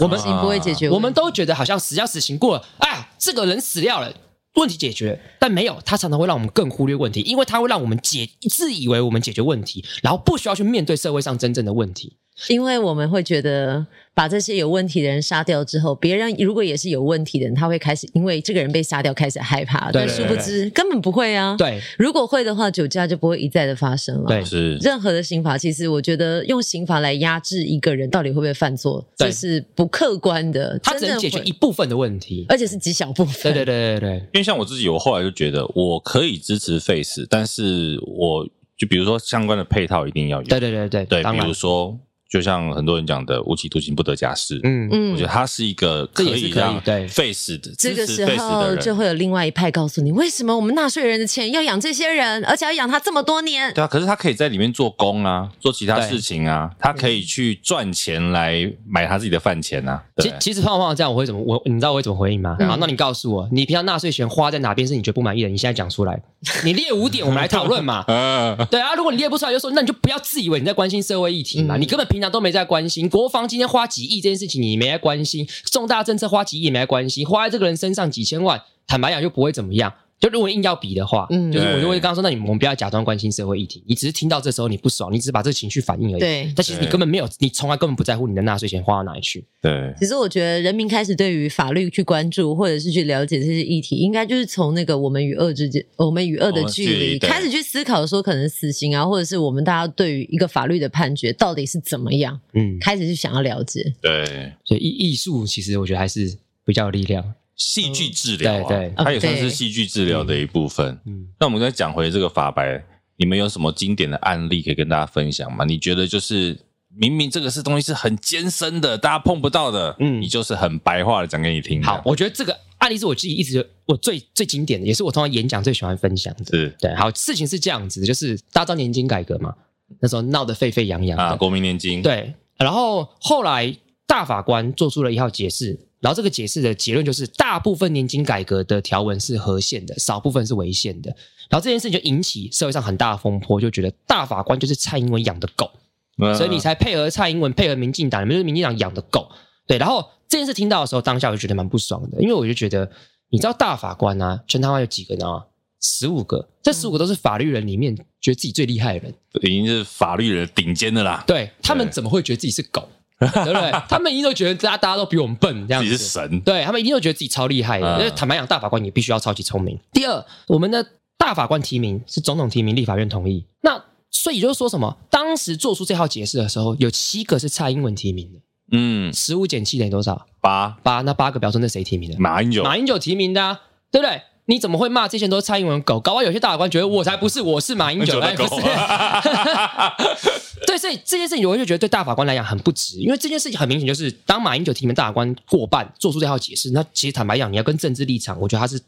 S2: 我们
S1: 啊
S3: 事情不会解决，
S2: 我们都觉得好像死要死刑过了，哎，这个人死掉了。问题解决了，但没有，它常常会让我们更忽略问题，因为它会让我们解自以为我们解决问题，然后不需要去面对社会上真正的问题。
S3: 因为我们会觉得把这些有问题的人杀掉之后，别人如果也是有问题的人，他会开始因为这个人被杀掉开始害怕，
S2: 对
S3: 但
S2: 对
S3: 殊不知根本不会啊。，
S2: 对
S3: 如果会的话，酒驾就不会一再的发生了。
S2: 对，
S1: 是
S3: 任何的刑法，其实我觉得用刑法来压制一个人到底会不会犯错，
S2: 对
S3: 这是不客观的。
S2: 它
S3: 真
S2: 只
S3: 正
S2: 能解决
S3: 会
S2: 一，部分的问题。
S3: 而且是极小部
S2: 对
S3: 分。
S2: 对对对对
S1: 因为像我自己，我后来就觉得我可以支持 Face，但是我就比如说相关的配套一定要有，
S2: 对对对对
S1: 对
S2: 当
S1: 比
S2: 然
S1: 如，说就像很多人讲的无期徒刑不得假释，
S2: 嗯，
S1: 我觉
S3: 嗯
S1: 得，它是一个
S2: 这
S1: 可
S2: 也是
S1: 以
S2: 可以
S1: 让
S2: 对
S1: Face 的
S3: 这
S1: 支
S3: 个时
S1: 持 Face 的
S3: 候
S1: 人
S3: 就会有另外一派告诉你，为什么我们纳税人的钱要养这些人，而且要养他这么多年？
S1: 对啊，可是他可以在里面做工啊，做其他
S2: 对
S1: 事情啊，他可以去赚钱来买他自己的饭钱啊。
S2: 其
S1: 对，。
S2: 其实胖胖这样，我会怎么我你知道我会怎么回应吗？
S3: 嗯
S2: 好，那你告诉我，你平常纳税钱花在哪边是你觉得不满意的？你现在讲出来，你列五点，我们来讨论嘛
S1: 呃，
S2: 对啊，如果你列不出来，就说那你就不要自以为你在关心社会议题嘛，
S3: 嗯
S2: 你根本平常都没在关心。国防今天花几亿这件事情你没在关心，重大政策花几亿也没在关心，花在这个人身上几千万，坦白讲就不会怎么样。就如果硬要比的话，
S3: 嗯
S2: 就是我就会
S1: 对
S2: 跟他说，那你我们不要假装关心社会议题，你只是听到这时候你不爽，你只是把这个情绪反应而已。
S3: 对，
S2: 但其实你
S1: 对
S2: 根本没有，你从来根本不在乎你的纳税钱花到哪里去。
S1: 对，
S3: 其实我觉得人民开始对于法律去关注，或者是去了解这些议题，应该就是从那个我们与恶之间，我们与恶的
S1: 我
S3: 距
S1: 们距
S3: 离
S1: 离对
S3: 开始去思考，说可能死刑啊，或者是我们大家对于一个法律的判决到底是怎么样，
S2: 嗯，
S3: 开始去想要了解。
S1: 对，
S2: 所以艺艺术其实我觉得还是比较有力量。
S1: 戏剧治疗、啊
S2: 嗯对对
S1: 它也算
S3: 哦对
S1: 是戏剧治疗的一部分。
S2: 嗯，
S1: 那我们再讲回这个法白，你们有什么经典的案例可以跟大家分享吗？你觉得就是明明这个是东西是很艰深的，大家碰不到的，
S2: 嗯
S1: 嗯，你就是很白话的讲给你听的。
S2: 好，我觉得这个案例是我自己一直我最最经典的，也是我通常演讲最喜欢分享的。
S1: 是
S2: 对，好，事情是这样子的，就是大家知道年金改革嘛，那时候闹得沸沸扬扬的。
S1: 啊，国民年金，
S2: 对，然后后来大法官做出了一套解释，然后这个解释的结论就是，大部分年金改革的条文是合宪的，少部分是违宪的。然后这件事情就引起社会上很大的风波，就觉得大法官就是蔡英文养的狗。
S1: 嗯，
S2: 所以你才配合蔡英文，配合民进党，你们就是民进党养的狗。对，然后这件事听到的时候，当下我就觉得蛮不爽的，因为我就觉得，你知道大法官啊，全台湾有几个呢？十五个，这十五个都是法律人里面觉得自己最厉害的人，
S1: 已经是法律人顶尖的啦，
S2: 对他们
S1: 对
S2: 怎么会觉得自己是狗？对不对？他们一定都觉得大家大家都比我们笨，这样
S1: 自己
S2: 子
S1: 是神，
S2: 对他们一定都觉得自己超厉害的。
S1: 嗯
S2: 因为坦白讲，大法官也必须要超级聪明。第二，我们的大法官提名是总统提名，立法院同意。那所以就是说什么？当时做出这套解释的时候，有七个是蔡英文提名的，
S1: 嗯，
S2: 十五减七等于多少？
S1: 八
S2: 八。那八个表示那谁提名的？
S1: 马英九，
S2: 马英九提名的、啊，对不对？你怎么会骂这些人都是蔡英文狗？搞不好有些大法官觉得我才不是，我是马英九，哎
S1: 的
S2: 不
S1: 狗
S2: 是。 对，所以这件事情我就觉得对大法官来讲很不值，因为这件事情很明显就是，当马英九提名大法官过半做出这套解释，那其实坦白讲，你要跟政治立场，我觉得他是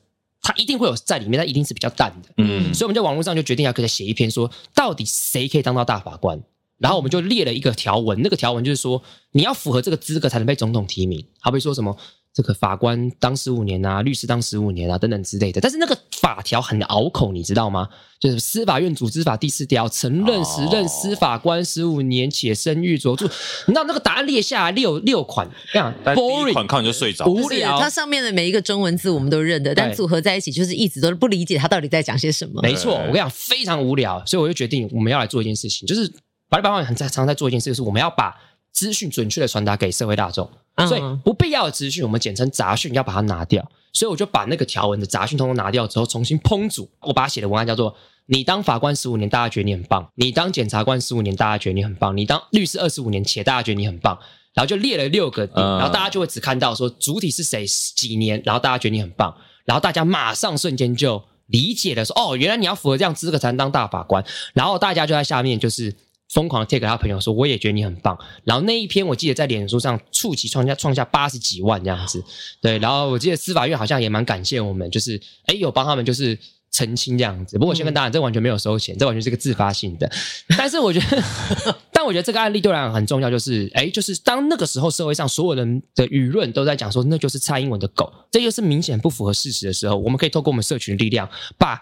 S2: 它一定会有在里面，但一定是比较淡的。
S1: 嗯
S2: 所以我们在网络上就决定要可以写一篇说，到底谁可以当到大法官。然后我们就列了一个条文，那个条文就是说，你要符合这个资格才能被总统提名。好比说什么这个法官当十五年啊，律师当十五年啊等等之类的。但是那个法条很拗口，你知道吗？就是司法院组织法第四条承认时任
S1: 哦
S2: 司法官十五年且生育佐助。你知道那个答案列下来六六款，这样
S1: 但第一
S2: boring
S1: 款看你就睡着，
S2: 无
S3: 不是
S2: 聊。
S3: 它上面的每一个中文字我们都认得，但
S2: 对
S3: 组合在一起就是一直都不理解他到底在讲些什么。
S2: 没错，
S1: 对
S2: 我跟你讲，非常无聊，所以我就决定我们要来做一件事情，就是法律白话很常常在做一件事，就是我们要把资讯准确的传达给社会大众，
S3: 嗯
S2: 所以不必要的资讯，我们简称杂讯，要把它拿掉。所以我就把那个条文的杂讯通通拿掉之后，重新烹煮。我把它写的文案叫做“你当法官十五年，大家觉得你很棒；你当检察官十五年，大家觉得你很棒；你当律师二十五年，且大家觉得你很棒。”然后就列了六个点，
S1: 嗯
S2: 然后大家就会只看到说主体是谁几年，然后大家觉得你很棒。然后大家马上瞬间就理解了说，哦，原来你要符合这样资格才能当大法官。然后大家就在下面就是疯狂 take 他朋友说，我也觉得你很棒。然后那一篇我记得在脸书上触及创下创下八十几万这样子，对。然后我记得司法院好像也蛮感谢我们，就是哎有帮他们就是。澄清这样子，不过我先跟大家讲，这完全没有收钱，这完全是个自发性的。但是我觉得， 但我觉得这个案例对我来讲很重要，就是哎，就是当那个时候社会上所有人的舆论都在讲说那就是蔡英文的狗，这就是明显不符合事实的时候，我们可以透过我们社群力量，把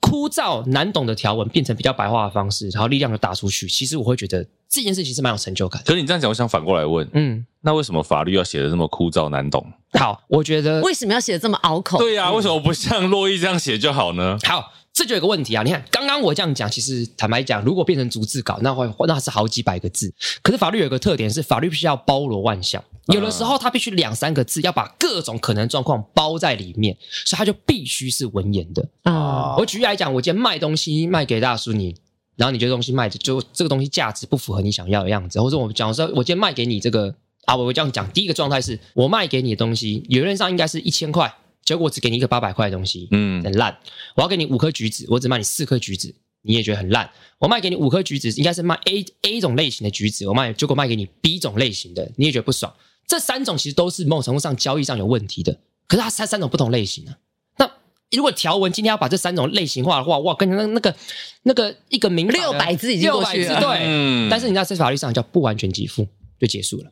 S2: 枯燥难懂的条文变成比较白话的方式，然后力量就打出去。其实我会觉得这件事情是蛮有成就感的。
S1: 可是你这样讲，我想反过来问，
S2: 嗯，
S1: 那为什么法律要写的这么枯燥难懂？
S2: 好，我觉得
S3: 为什么要写的这么拗
S2: 哦
S3: 口？
S1: 对呀、啊为什么不像洛伊这样写就好呢？
S2: 好，这就有一个问题啊！你看，刚刚我这样讲，其实坦白讲，如果变成逐字稿，那会那是好几百个字。可是法律有一个特点是，法律必须要包罗万象，有的时候它必须两三个字，要把各种可能状况包在里面，所以它就必须是文言的。
S1: 哦
S3: 啊，
S2: 我举例来讲，我今天卖东西卖给大叔你，然后你觉得东西卖的就这个东西价值不符合你想要的样子，或者我讲说，我今天卖给你这个啊，我我这样讲，第一个状态是我卖给你的东西，理论上应该是一千块，结果我只给你一个八百块的东西，
S1: 嗯，
S2: 很烂。我要给你五颗橘子，我只卖你四颗橘子，你也觉得很烂。我卖给你五颗橘子，应该是卖 A A 种类型的橘子，我卖结果卖给你 B 种类型的，你也觉得不爽。这三种其实都是某种程度上交易上有问题的，可是它三三种不同类型啊。那如果条文今天要把这三种类型化的话，哇，跟那那个那个一个名
S3: 600字已经过去了
S2: 六百字对。
S1: 嗯
S2: 但是你知道，在法律上叫不完全给付就结束了。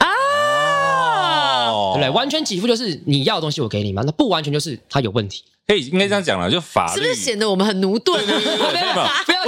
S1: 哦
S2: 对不对？完全给付就是你要的东西我给你嘛，那不完全就是它有问题。
S1: 可以应该这样讲了，就法
S3: 是
S1: 律
S3: 不是显得我们很奴钝？
S2: 不要这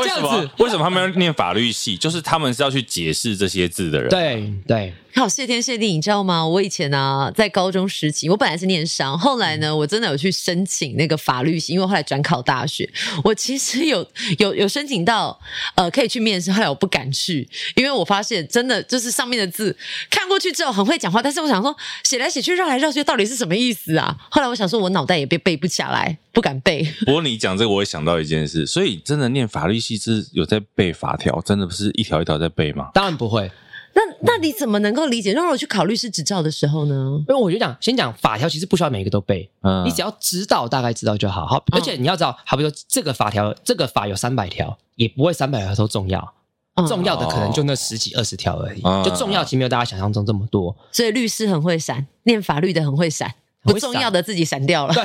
S2: 样子。
S1: 啊为什么他们要念法律系？就是他们是要去解释这些字的人。，
S2: 对对，
S3: 好，谢天谢地，你知道吗？我以前啊，在高中时期，我本来是念商，后来呢，我真的有去申请那个法律系，因为我后来转考大学，我其实有有有申请到，呃，可以去面试，后来我不敢去，因为我发现真的就是上面的字看过去之后很会讲话，但是我想说写来写去绕来绕去到底是什么意思啊？后来我想说，我脑袋也被背不下来，不敢背。
S1: 不过你讲这个，我也想到一件事，所以真的念法律系是有在背法条，真的不是一条一条在背吗？
S2: 当然不会。
S3: 那那你怎么能够理解？让我去考律师执照的时候呢？
S2: 因为我就讲，先讲法条，其实不需要每一个都背，
S1: 嗯，
S2: 你只要知道大概知道就好。好，而且你要知道，好比说这个法条，这个法有三百条，也不会三百条都重要，
S3: 嗯
S2: 重要的可能就那十几二十条而已。
S1: 嗯
S2: 就重要其实没有大家想象中这么多。
S3: 所以律师很会闪，念法律的很会闪，不
S2: 很会闪
S3: 重要的自己闪掉了。
S2: 对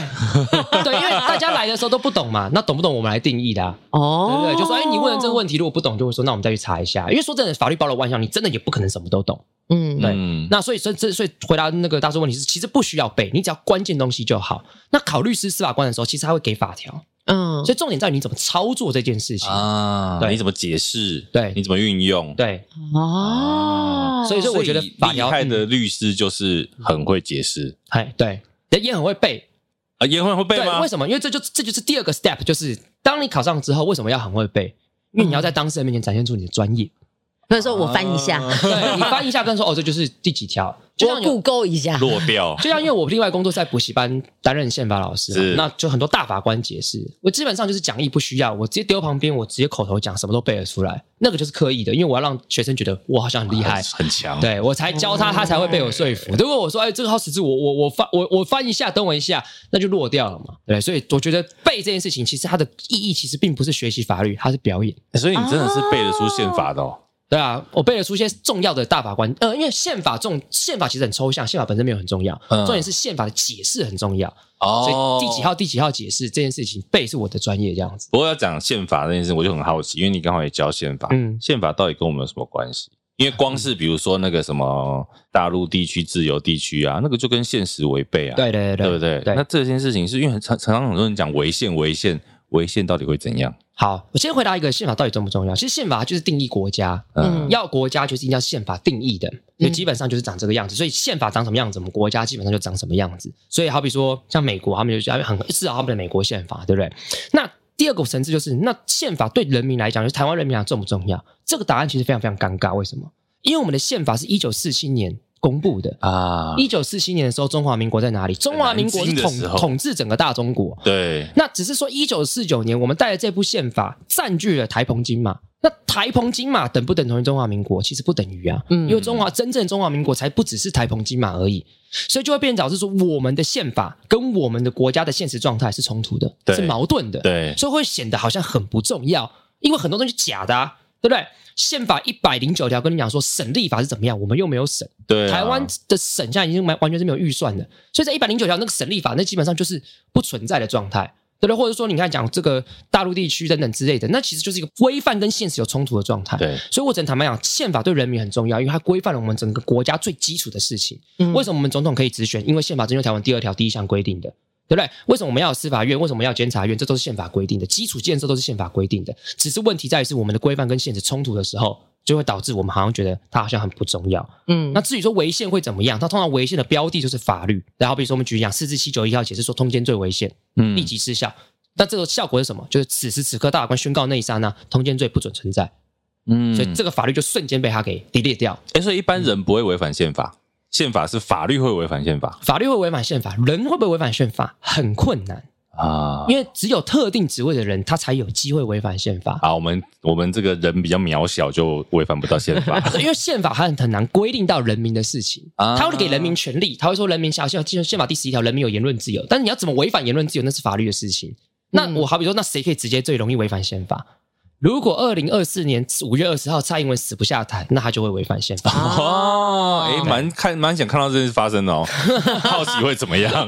S2: 对，因为大家来的时候都不懂嘛，那懂不懂我们来定义的、啊，对
S3: 哦
S2: 不对？就说哎，你问了这个，问题，如果不懂，就会说那我们再去查一下。因为说真的，法律包罗万象，你真的也不可能什么都懂。
S3: 嗯，
S2: 对
S1: 嗯
S2: 那所以，所以这所以回答那个大叔问题是，其实不需要背，你只要关键东西就好。那考律师、司法官的时候，其实他会给法条，
S3: 嗯，
S2: 所以重点在于你怎么操作这件事情。
S1: 啊，
S2: 对
S1: 你怎么解释？
S2: 对
S1: 你怎么运用？
S2: 对，
S3: 哦，
S2: 所以说我觉得法
S1: 厉
S2: 条嗯
S1: 害的律师就是很会解释
S2: 哎，对，人也很会背。
S1: 啊，严会会背吗？
S2: 为什么？因为这就这就是第二个 step，就是当你考上之后，为什么要很会背？因为你要在当事人面前展现出你的专业。
S3: 所以说我翻一下，
S2: 对你翻一下，跟说哦，这就是第几条，就
S3: 我
S2: 像有
S3: 不勾一下，
S1: 落掉。
S2: 就像因为我另外工作是在补习班担任宪法老师嘛
S1: 是，
S2: 那就很多大法官解释，我基本上就是讲义不需要，我直接丢旁边，我直接口头讲，什么都背得出来，那个就是刻意的，因为我要让学生觉得我好像 很厉害
S1: 很。很强。，
S2: 对我才教他，他才会被我说
S1: 哦
S2: 服。如果我说，哎，这个好尺字，我我我翻我我翻一下，等我一下，那就落掉了嘛。对，所以我觉得背这件事情，其实它的意义其实并不是学习法律，它是表演。
S1: 所以你真的是背得出宪法的哦。
S2: 对啊，我背得出一些重要的大法官，呃，因为宪法重，宪法其实很抽象，宪法本身没有很重要，
S1: 嗯
S2: 重点是宪法的解释很重要，
S1: 哦
S2: 所以第几号第几号解释这件事情背是我的专业这样子。
S1: 不过要讲宪法这件事，我就很好奇，因为你刚好也教宪法，
S2: 嗯
S1: 宪法到底跟我们有什么关系？因为光是比如说那个什么大陆地区、自由地区啊，那个就跟现实违背啊，
S2: 对对对
S1: 对不对？
S2: 对
S1: 那这件事情是因为很常常常很多人讲违宪、违宪、违宪到底会怎样？
S2: 好，我先回答一个宪法到底重不重要？其实宪法就是定义国家，
S1: 嗯
S3: 嗯
S2: 呃要国家就是一定要宪法定义的，所以基本上就是长这个样子。所以宪法长什么样子，我们国家基本上就长什么样子。所以好比说像美国，他们就是很至少他们的美国宪法，对不对？那第二个层次就是，那宪法对人民来讲，就是台湾人民来讲重不重要？这个答案其实非常非常尴尬。为什么？因为我们的宪法是一九四七年公布的。
S1: 啊，
S2: 一九四七年的时候，中华民国在哪里？中华民国是
S1: 南京的
S2: 统
S1: 时候
S2: 统治整个大中国。
S1: 对，
S2: 那只是说，一九四九年我们带着这部宪法占据了台澎金马。那台澎金马等不等同于中华民国？其实不等于啊，
S3: 嗯
S2: 因为中华真正中华民国才不只是台澎金马而已，所以就会变成导致说我们的宪法跟我们的国家的现实状态是冲突的，
S1: 对
S2: 是矛盾的，
S1: 对
S2: 所以会显得好像很不重要，因为很多东西假的、啊，对不对？宪法一百零九条跟你讲说审立法是怎么样，我们又没有审，
S1: 对啊，
S2: 台湾的省现在已经完完全是没有预算的，所以在一百零九条那个省立法，那基本上就是不存在的状态，对不对？或者说你看讲这个大陆地区等等之类的，那其实就是一个规范跟现实有冲突的状态。
S1: 对
S2: 所以我只能坦白讲，宪法对人民很重要，因为它规范了我们整个国家最基础的事情。
S3: 嗯
S2: 为什么我们总统可以直选？因为宪法征求条文第二条第一项规定的。对不对？为什么我们要有司法院？为什么要有监察院？这都是宪法规定的，基础建设都是宪法规定的。只是问题在于是我们的规范跟现实冲突的时候，就会导致我们好像觉得它好像很不重要。
S3: 嗯
S2: 那至于说违宪会怎么样，它通常违宪的标的就是法律。然后比如说我们举讲啊四至七九一号解释说通奸罪违宪，
S1: 嗯
S2: 立即失效。那这个效果是什么？就是此时此刻大法官宣告那一刹那，通奸罪不准存在，
S1: 嗯
S2: 所以这个法律就瞬间被他给 delete 掉。
S1: 哎，所以一般人不会违反宪法，宪法是法律会违反宪法
S2: 法律会违反宪法，人会不会违反宪法很困难，
S1: 啊。
S2: 因为只有特定职位的人，他才有机会违反宪法。
S1: 啊，我们我们这个人比较渺小，就违反不到宪 法。
S2: 因为宪法它很很难规定到人民的事情，
S1: 啊
S2: 他会给人民权利，他会说人民想要进入宪法第十一条，人民有言论自由，但是你要怎么违反言论自由，那是法律的事情。那
S3: 嗯
S2: 我好比说，那谁可以直接最容易违反宪法？如果二零二四年五月二十号蔡英文死不下台，那他就会违反宪法。
S1: 哦，哎、
S3: 对
S1: 蛮看蛮想看到这件事发生哦，好奇会怎么 样？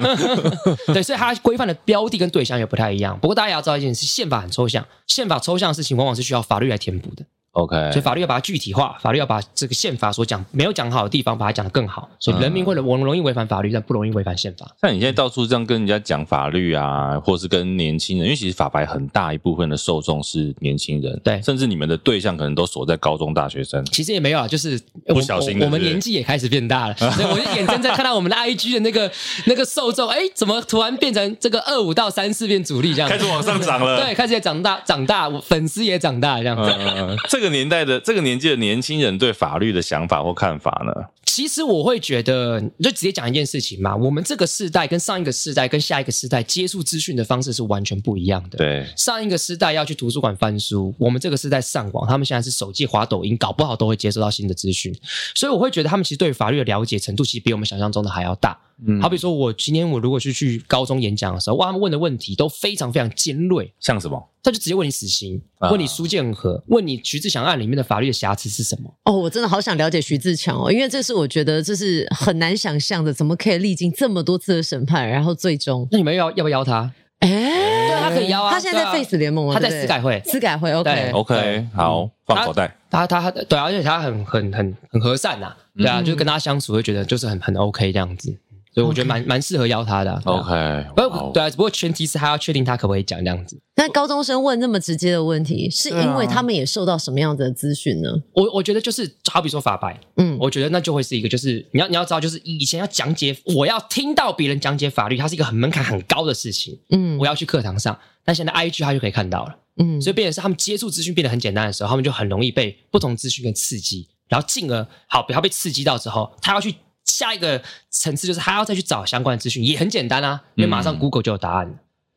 S2: 对，所以它规范的标的跟对象也不太一样。不过大家也要知道一件事，宪法很抽象，宪法抽象的事情往往是需要法律来填补的，
S1: OK，
S2: 所以法律要把它具体化，法律要把这个宪法所讲没有讲好的地方，把它讲得更好。所以人民会容容易违反法律，但不容易违反宪法。
S1: 像你现在到处这样跟人家讲法律啊，或是跟年轻人，因为其实法白很大一部分的受众是年轻人，
S2: 对
S1: 甚至你们的对象可能都锁在高中大学生。
S2: 其实也没有啊，就是我
S1: 不小心的
S2: 我我们
S1: 是不是
S2: 年纪也开始变 大了，所以我就眼睁睁看到我们的 IG 的那个那个受众，哎，怎么突然变成这个二五到三四变主力这样？
S1: 开始往上涨了
S2: 对，开始也长大，长大，我粉丝也长大这样子。
S1: 嗯， 这个年代的这个年纪的年轻人对法律的想法或看法呢？
S2: 其实我会觉得，就直接讲一件事情嘛，我们这个世代跟上一个世代跟下一个世代接触资讯的方式是完全不一样的。。
S1: 对，
S2: 上一个世代要去图书馆翻书，我们这个世代上网，他们现在是手机滑抖音，搞不好都会接收到新的资讯，所以我会觉得他们其实对法律的了解程度，其实比我们想象中的还要大。
S1: 嗯
S2: 好比说，我今天我如果去去高中演讲的时候，哇，他们问的问题都非常非常尖锐，
S1: 像什么？
S2: 他就直接问你死刑，
S1: 啊
S2: 问你苏建和，问你徐志祥案里面的法律的瑕疵是什么。
S3: 哦，我真的好想了解徐自强哦，因为这是我觉得这是很难想象的，怎么可以历经这么多次的审判，然后最终，
S2: 那你们要要不要邀他？
S3: 哎，
S2: 对，他可以邀啊。
S3: 他现在在
S2: 对啊
S3: Face 联盟了，
S2: 他在
S3: 对不
S2: 司
S3: 对
S2: 改会，
S3: 司改会，OK，
S2: 对
S1: OK，
S2: 对
S1: 好
S2: 嗯，
S1: 放口袋。
S2: 他他对啊、而且他很很很很和善呐、对啊，就是跟他相处会觉得就是很很 OK 这样子，所以我觉得蛮蛮适合邀他的啊、对啊
S1: OK，
S2: 不
S1: 哇
S2: 过
S1: 哦
S2: 对啊，只不过前提是他要确定他可不可以讲这样子。
S3: 那高中生问那么直接的问题，是
S1: 对啊
S3: 因为他们也受到什么样的资讯呢？
S2: 我我觉得就是好比说法白，
S3: 嗯
S2: 我觉得那就会是一个就是你要你要知道，就是以前要讲解，我要听到别人讲解法律，它是一个很门槛很高的事情，
S3: 嗯
S2: 我要去课堂上，但现在 IG 他就可以看到了。
S3: 嗯
S2: 所以变成是他们接触资讯变得很简单的时候，他们就很容易被不同资讯跟刺激，然后进而好，他被刺激到之后，他要去下一个层次，就是他要再去找相关的资讯，也很简单啊，因为马上
S1: 嗯
S2: Google 就有答案了。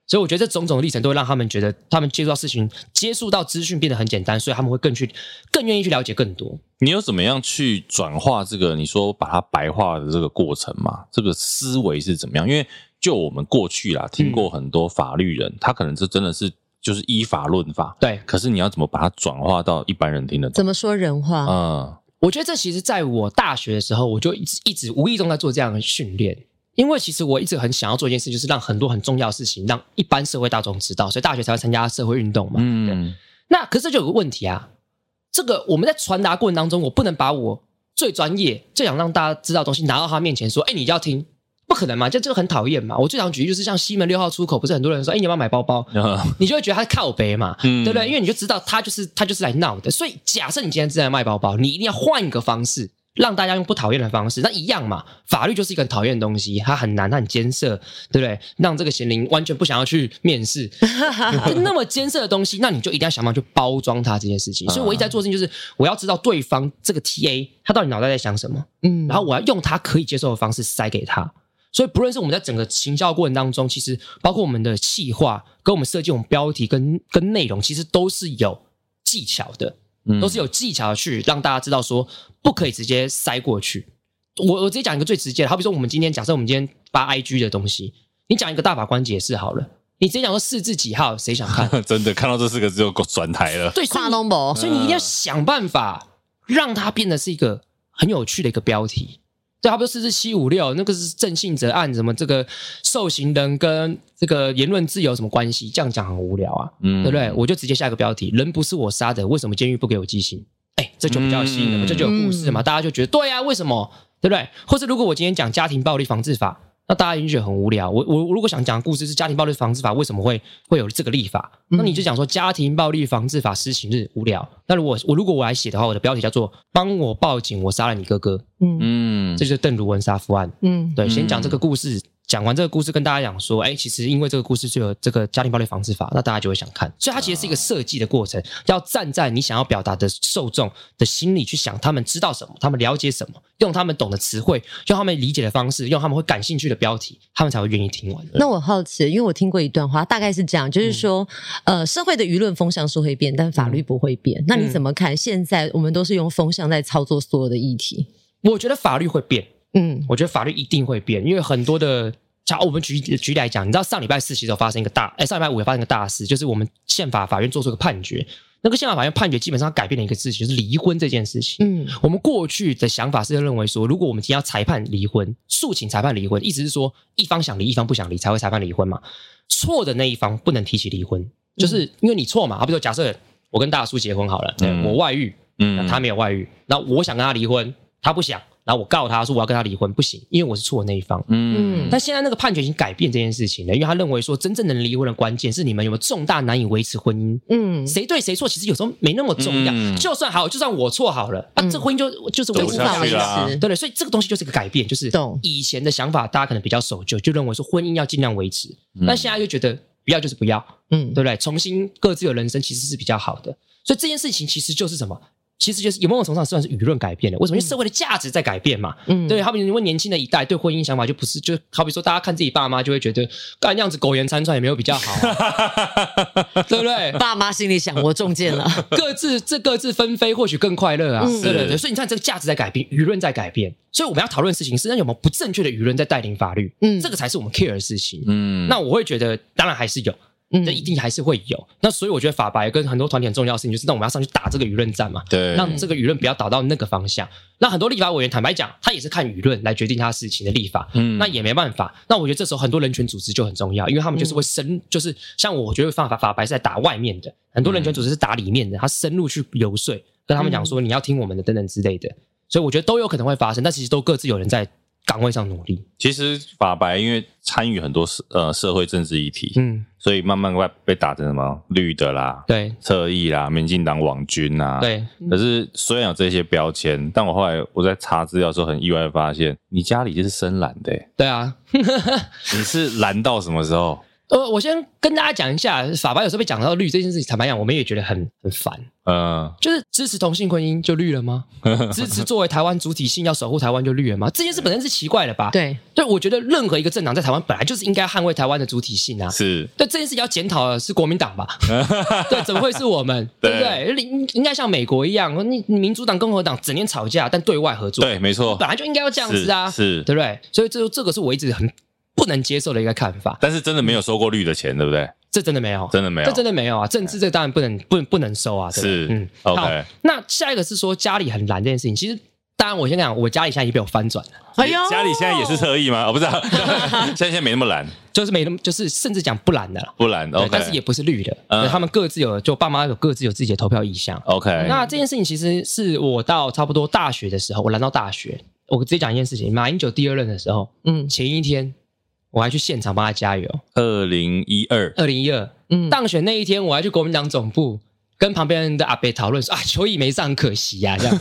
S2: 所以我觉得这种种历程都会让他们觉得，他们接触到事情、接触到资讯变得很简单，所以他们会更去、更愿意去了解更多。
S1: 你有怎么样去转化这个？你说把它白化的这个过程嘛？这个
S2: 嗯
S1: 思维是怎么样？因为就我们过去啦，听过很多法律人，他可能是真的是就是依法论法，
S2: 对，
S1: 可是你要怎么把它转化到一般人听得懂？
S3: 怎么说人话？
S2: 啊
S1: 嗯，
S2: 我觉得这其实在我大学的时候，我就一直一直无意中在做这样的训练，因为其实我一直很想要做一件事，就是让很多很重要的事情让一般社会大众知道，所以大学才会参加社会运动嘛。
S1: 嗯，
S2: 那可是这就有个问题啊，这个我们在传达过程当中，我不能把我最专业、最想让大家知道的东西拿到他面前说，哎，你一定要听。不可能嘛，就这个很讨厌嘛。我最常举例就是像西门六号出口，不是很多人说，哎、你要不要买包包？
S1: 嗯
S2: 你就会觉得他是靠北嘛，
S1: 嗯
S2: 对不对？因为你就知道他就是他就是来闹的。所以假设你今天是在卖包包，你一定要换一个方式，让大家用不讨厌的方式。那一样嘛，法律就是一个很讨厌的东西，它很难，它很艰涩，对不对？让这个贤玲完全不想要去面试，就那么艰涩的东西，那你就一定要想办法去包装它这件事情。所以我一直在做的事情就是，我要知道对方这个 TA 他到底脑袋在想什么，
S3: 嗯，
S2: 然后我要用他可以接受的方式塞给他。所以，不论是我们在整个行销过程当中，其实包括我们的企划、跟我们设计、我们标题跟跟内容，其实都是有技巧的，
S1: 嗯
S2: 都是有技巧去让大家知道说不可以直接塞过去。我我直接讲一个最直接的，好比说我们今天假设我们今天发 IG 的东西，你讲一个大法官解释好了，你直接讲说四至几号，谁想看？
S1: 真的看到这四个字就转台了。
S2: 对，所以
S3: 跨
S2: 你嗯
S3: 龙博，
S2: 哦所以你一定要想办法让它变得是一个很有趣的一个标题。对，他不是四七五六那个是郑信哲案，什么这个受刑人跟这个言论自由有什么关系？这样讲很无聊啊，
S1: 嗯
S2: 对不对？我就直接下一个标题：人不是我杀的，为什么监狱不给我记刑？哎，这就比较有吸引人，
S1: 嗯
S2: 这就有故事嘛，大家就觉得对啊，为什么？对不对？或是如果我今天讲家庭暴力防治法，那大家一定觉得很无聊。我我我如果想讲的故事是家庭暴力防治法为什么会会有这个立法，
S3: 嗯
S2: 那你就讲说家庭暴力防治法施行日无聊。那如果我如果我来写的话，我的标题叫做“帮我报警，我杀了你哥哥
S3: 嗯”，
S1: 嗯
S2: 这就是邓如文杀夫案。
S3: 嗯
S2: 对，
S1: 嗯
S2: 先讲这个故事，讲完这个故事，跟大家讲说，哎，其实因为这个故事就有这个家庭暴力防治法，那大家就会想看，所以它其实是一个设计的过程，要站在你想要表达的受众的心里去想，他们知道什么，他们了解什么，用他们懂的词汇，用他们理解的方式，用他们会感兴趣的标题，他们才会愿意听完。
S3: 那我好奇，因为我听过一段话，大概是这样，就是说，
S2: 嗯
S3: 呃，社会的舆论风向是会变，但法律不会变。那你怎么看？现在我们都是用风向在操作所有的议题。
S2: 我觉得法律会变，
S3: 嗯
S2: 我觉得法律一定会变，因为很多的。像我们举举例来讲，你知道上礼拜四其实有发生一个大，哎，上礼拜五有发生一个大事，就是我们宪法法院做出一个判决。那个宪法法院判决基本上改变了一个事情，就是离婚这件事情。
S3: 嗯
S2: 我们过去的想法是认为说，如果我们今天要裁判离婚，诉请裁判离婚，意思是说一方想离，一方不想离才会裁判离婚嘛。错的那一方不能提起离婚，就是因为你错嘛。好啊比说，假设我跟大叔结婚好了，
S1: 嗯
S2: 我外遇，那
S1: 嗯
S2: 他没有外遇，那我想跟他离婚，他不想，然后我告他说我要跟他离婚，不行，因为我是错的那一方。
S1: 嗯
S2: 但现在那个判决已经改变这件事情了，因为他认为说，真正能离婚的关键是你们有没有重大难以维持婚姻
S3: 嗯
S2: 谁对谁错，其实有时候没那么重要。
S1: 嗯
S2: 就算好，就算我错好了，啊，
S3: 嗯
S2: 这婚姻就就是维
S1: 走
S2: 持
S1: 不
S2: 不
S1: 下
S2: 了
S1: 去了啊
S3: 维持
S2: 对对，所以这个东西就是一个改变，就是
S3: 懂
S2: 以前的想法，大家可能比较守旧，就认为说婚姻要尽量维持，
S1: 嗯
S2: 但现在就觉得不要就是不要，
S3: 嗯
S2: 对不对？重新各自有人生其实是比较好的，所以这件事情其实就是什么？其实就是有某种程度上算是舆论改变了，为什么？因为社会的价值在改变嘛。
S3: 嗯
S2: 对，好比你问年轻的一代对婚姻想法就不是，就好比说大家看自己爸妈就会觉得，干那样子苟延残喘也没有比较好 啊、对不对？
S3: 爸妈心里想，我中箭 了。
S2: 各自这各自纷飞，或许更快乐啊！
S3: 嗯
S2: 对对
S1: 是
S2: 对，所以你看这个价值在改变，舆论在改变，所以我们要讨论的事情是那有没有不正确的舆论在带领法律，
S3: 嗯
S2: 这个才是我们 care 的事情。
S1: 嗯
S2: 那我会觉得，当然还是有，
S3: 嗯
S2: 这一定还是会有。那所以我觉得法白跟很多团体很重要的事情，就是让我们要上去打这个舆论战嘛，
S1: 对，
S2: 让这个舆论不要导到那个方向。那很多立法委员坦白讲，他也是看舆论来决定他事情的立法，
S1: 嗯
S2: 那也没办法。那我觉得这时候很多人权组织就很重要，因为他们就是会深，就是像我觉得法法法白是在打外面的，很多人权组织是打里面的，他深入去游说，跟他们讲说你要听我们的等等之类的。所以我觉得都有可能会发生，但其实都各自有人在岗位上努力。
S1: 其实法白因为参与很多社呃社会政治议题，
S2: 嗯，
S1: 所以慢慢被被打成什么绿的啦、
S2: 对
S1: 侧翼啦、民进党网军啦。。
S2: 对，
S1: 可是虽然有这些标签，但我后来我在查资料的时候，很意外的发现，你家里就是深蓝的、欸，
S2: 对啊。
S1: 你是蓝到什么时候？
S2: 呃，我先跟大家讲一下，法白有时候被讲到绿这件事情，坦白讲，我们也觉得很很烦。
S1: 嗯
S2: 就是支持同性婚姻就绿了吗？支持作为台湾主体性要守护台湾就绿了吗？这件事本身是奇怪的吧？，
S3: 对，
S2: 对我觉得任何一个政党在台湾本来就是应该捍卫台湾的主体性啊。
S1: 是，
S2: 对这件事要检讨的是国民党吧？对，怎么会是我们？对不对？应应该像美国一样，你你民主党、共和党整天吵架，但对外合作，
S1: 对，没错
S2: 本，来就应该要这样子啊，
S1: 是是
S2: 对不对？所以这这个是我一直很不能接受的一个看法。
S1: 但是真的没有收过绿的钱，对不对？
S2: 这真的没有，
S1: 真的没有，
S2: 这真的没有啊！政治这当然不能不能不能收啊，对不对
S1: 是
S2: 嗯
S1: OK
S2: 好，那下一个是说家里很懒这件事情，其实当然我先讲，我家里现在已经被我翻转了，
S3: 哎呦，
S1: 家里现在也是特意吗？哦，不是、 啊，现在现在没那么懒，
S2: 就是没那么就是甚至讲不懒的了，
S1: 不懒。
S2: 对
S1: OK，
S2: 但是也不是绿的，
S1: 嗯
S2: 对他们各自有就爸妈有各自有自己的投票意向。
S1: OK。
S2: 那这件事情其实是我到差不多大学的时候，我来到大学，我直接讲一件事情，马英九第二任的时候，
S3: 嗯
S2: 前一天我还去现场帮他加油。
S1: 二零一二，
S2: 二零一二
S3: 嗯，
S2: 当选那一天，我还去国民党总部跟旁边的阿伯讨论说啊，邱毅没上可惜 呀、这样，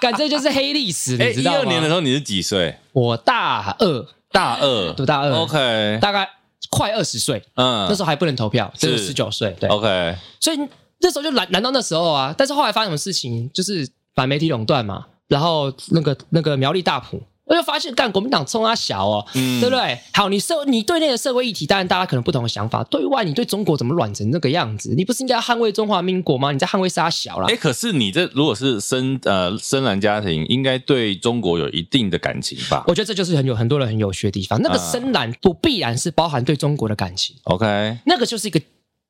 S2: 感这就是黑历史，
S1: 哎，
S2: 你知
S1: 一
S2: 道
S1: 二
S2: 吗？
S1: 年的时候你是几岁？
S2: 我大二，
S1: 大二，
S2: 读大二
S1: OK，
S2: 大概快二十岁，
S1: 嗯，
S2: 嗯那啊时候还不能投票，只有
S1: 是
S2: 十九岁，对，
S1: OK，
S2: 所以那时候就难难到那时候啊，但是后来发生什么事情，就是反媒体垄断嘛，然后那个那个苗栗大埔，我就发现干国民党冲他小哦，
S1: 嗯
S2: 对不对？好，你社你对内的社会议题，当然大家可能不同的想法，对外你对中国怎么软成这个样子？你不是应该捍卫中华民国吗？你在捍卫沙小啦
S1: 哎、。可是你这如果是深呃深蓝家庭，应该对中国有一定的感情吧
S2: 我觉得这就是很有很多人很有趣的地方。那个
S1: 啊
S2: 深蓝不必然是包含对中国的感情，
S1: ？OK，
S2: 那个就是一个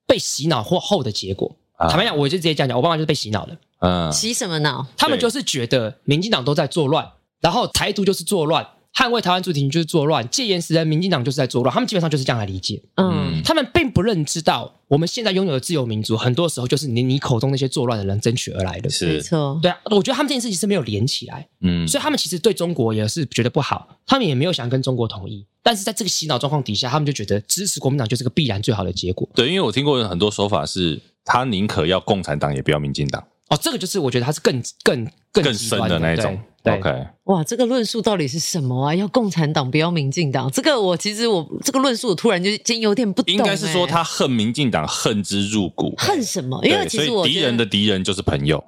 S2: 被洗脑或后的结果。
S1: 啊
S2: 坦白讲，我就直接这样讲，我爸妈就是被洗脑的。
S1: 嗯，
S3: 洗什么脑？
S2: 他们就是觉得民进党都在作乱，然后台独就是作乱，捍卫台湾主体就是作乱，戒严时的民进党就是在作乱，他们基本上就是这样来理解。
S3: 嗯
S1: 嗯
S2: 他们并不认知到，我们现在拥有的自由民主，很多时候就是你你口中那些作乱的人争取而来的。
S3: 没
S1: 是，
S3: 错，
S2: 对啊，我觉得他们这件事情是没有连起来，
S1: 嗯，
S2: 所以他们其实对中国也是觉得不好，他们也没有想跟中国统一。但是在这个洗脑状况底下，他们就觉得支持国民党就是个必然最好的结果。
S1: 对，因为我听过有很多说法是，他宁可要共产党，也不要民进党，
S2: 哦，这个就是我觉得它是更更更
S1: 更
S2: 极
S1: 深
S2: 端的
S1: 那一种。
S2: 对对
S1: OK，
S3: 哇，这个论述到底是什么啊？要共产党，不要民进党？这个我其实我这个论述，我突然就已经有点不懂、
S1: 应该是说
S3: 欸
S1: 他恨民进党，恨之入骨。
S3: 恨什么？因为
S1: 对，
S3: 其
S1: 所
S3: 实我
S1: 以
S3: 觉
S1: 敌
S3: 得
S1: 人的敌人就是朋友。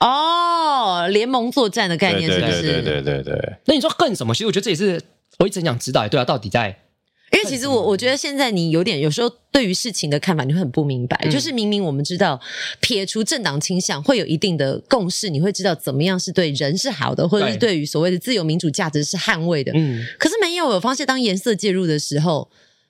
S3: 哦，联盟作战的概
S1: 对
S3: 念
S1: 对
S3: 是不是？
S1: 对对对对对，
S2: 那你说更什么？其实我觉得这也是我一直很想知道，对啊，到底在
S3: 因为其实我我觉得现在你有点有时候对于事情的看法你会很不明白，
S2: 嗯
S3: 就是明明我们知道撇除政党倾向会有一定的共识，你会知道怎么样是对人是好的，或者是
S2: 对
S3: 对于所谓的自由民主价值是捍卫的。
S2: 嗯
S3: 可是没有，我发现当颜色介入的时候，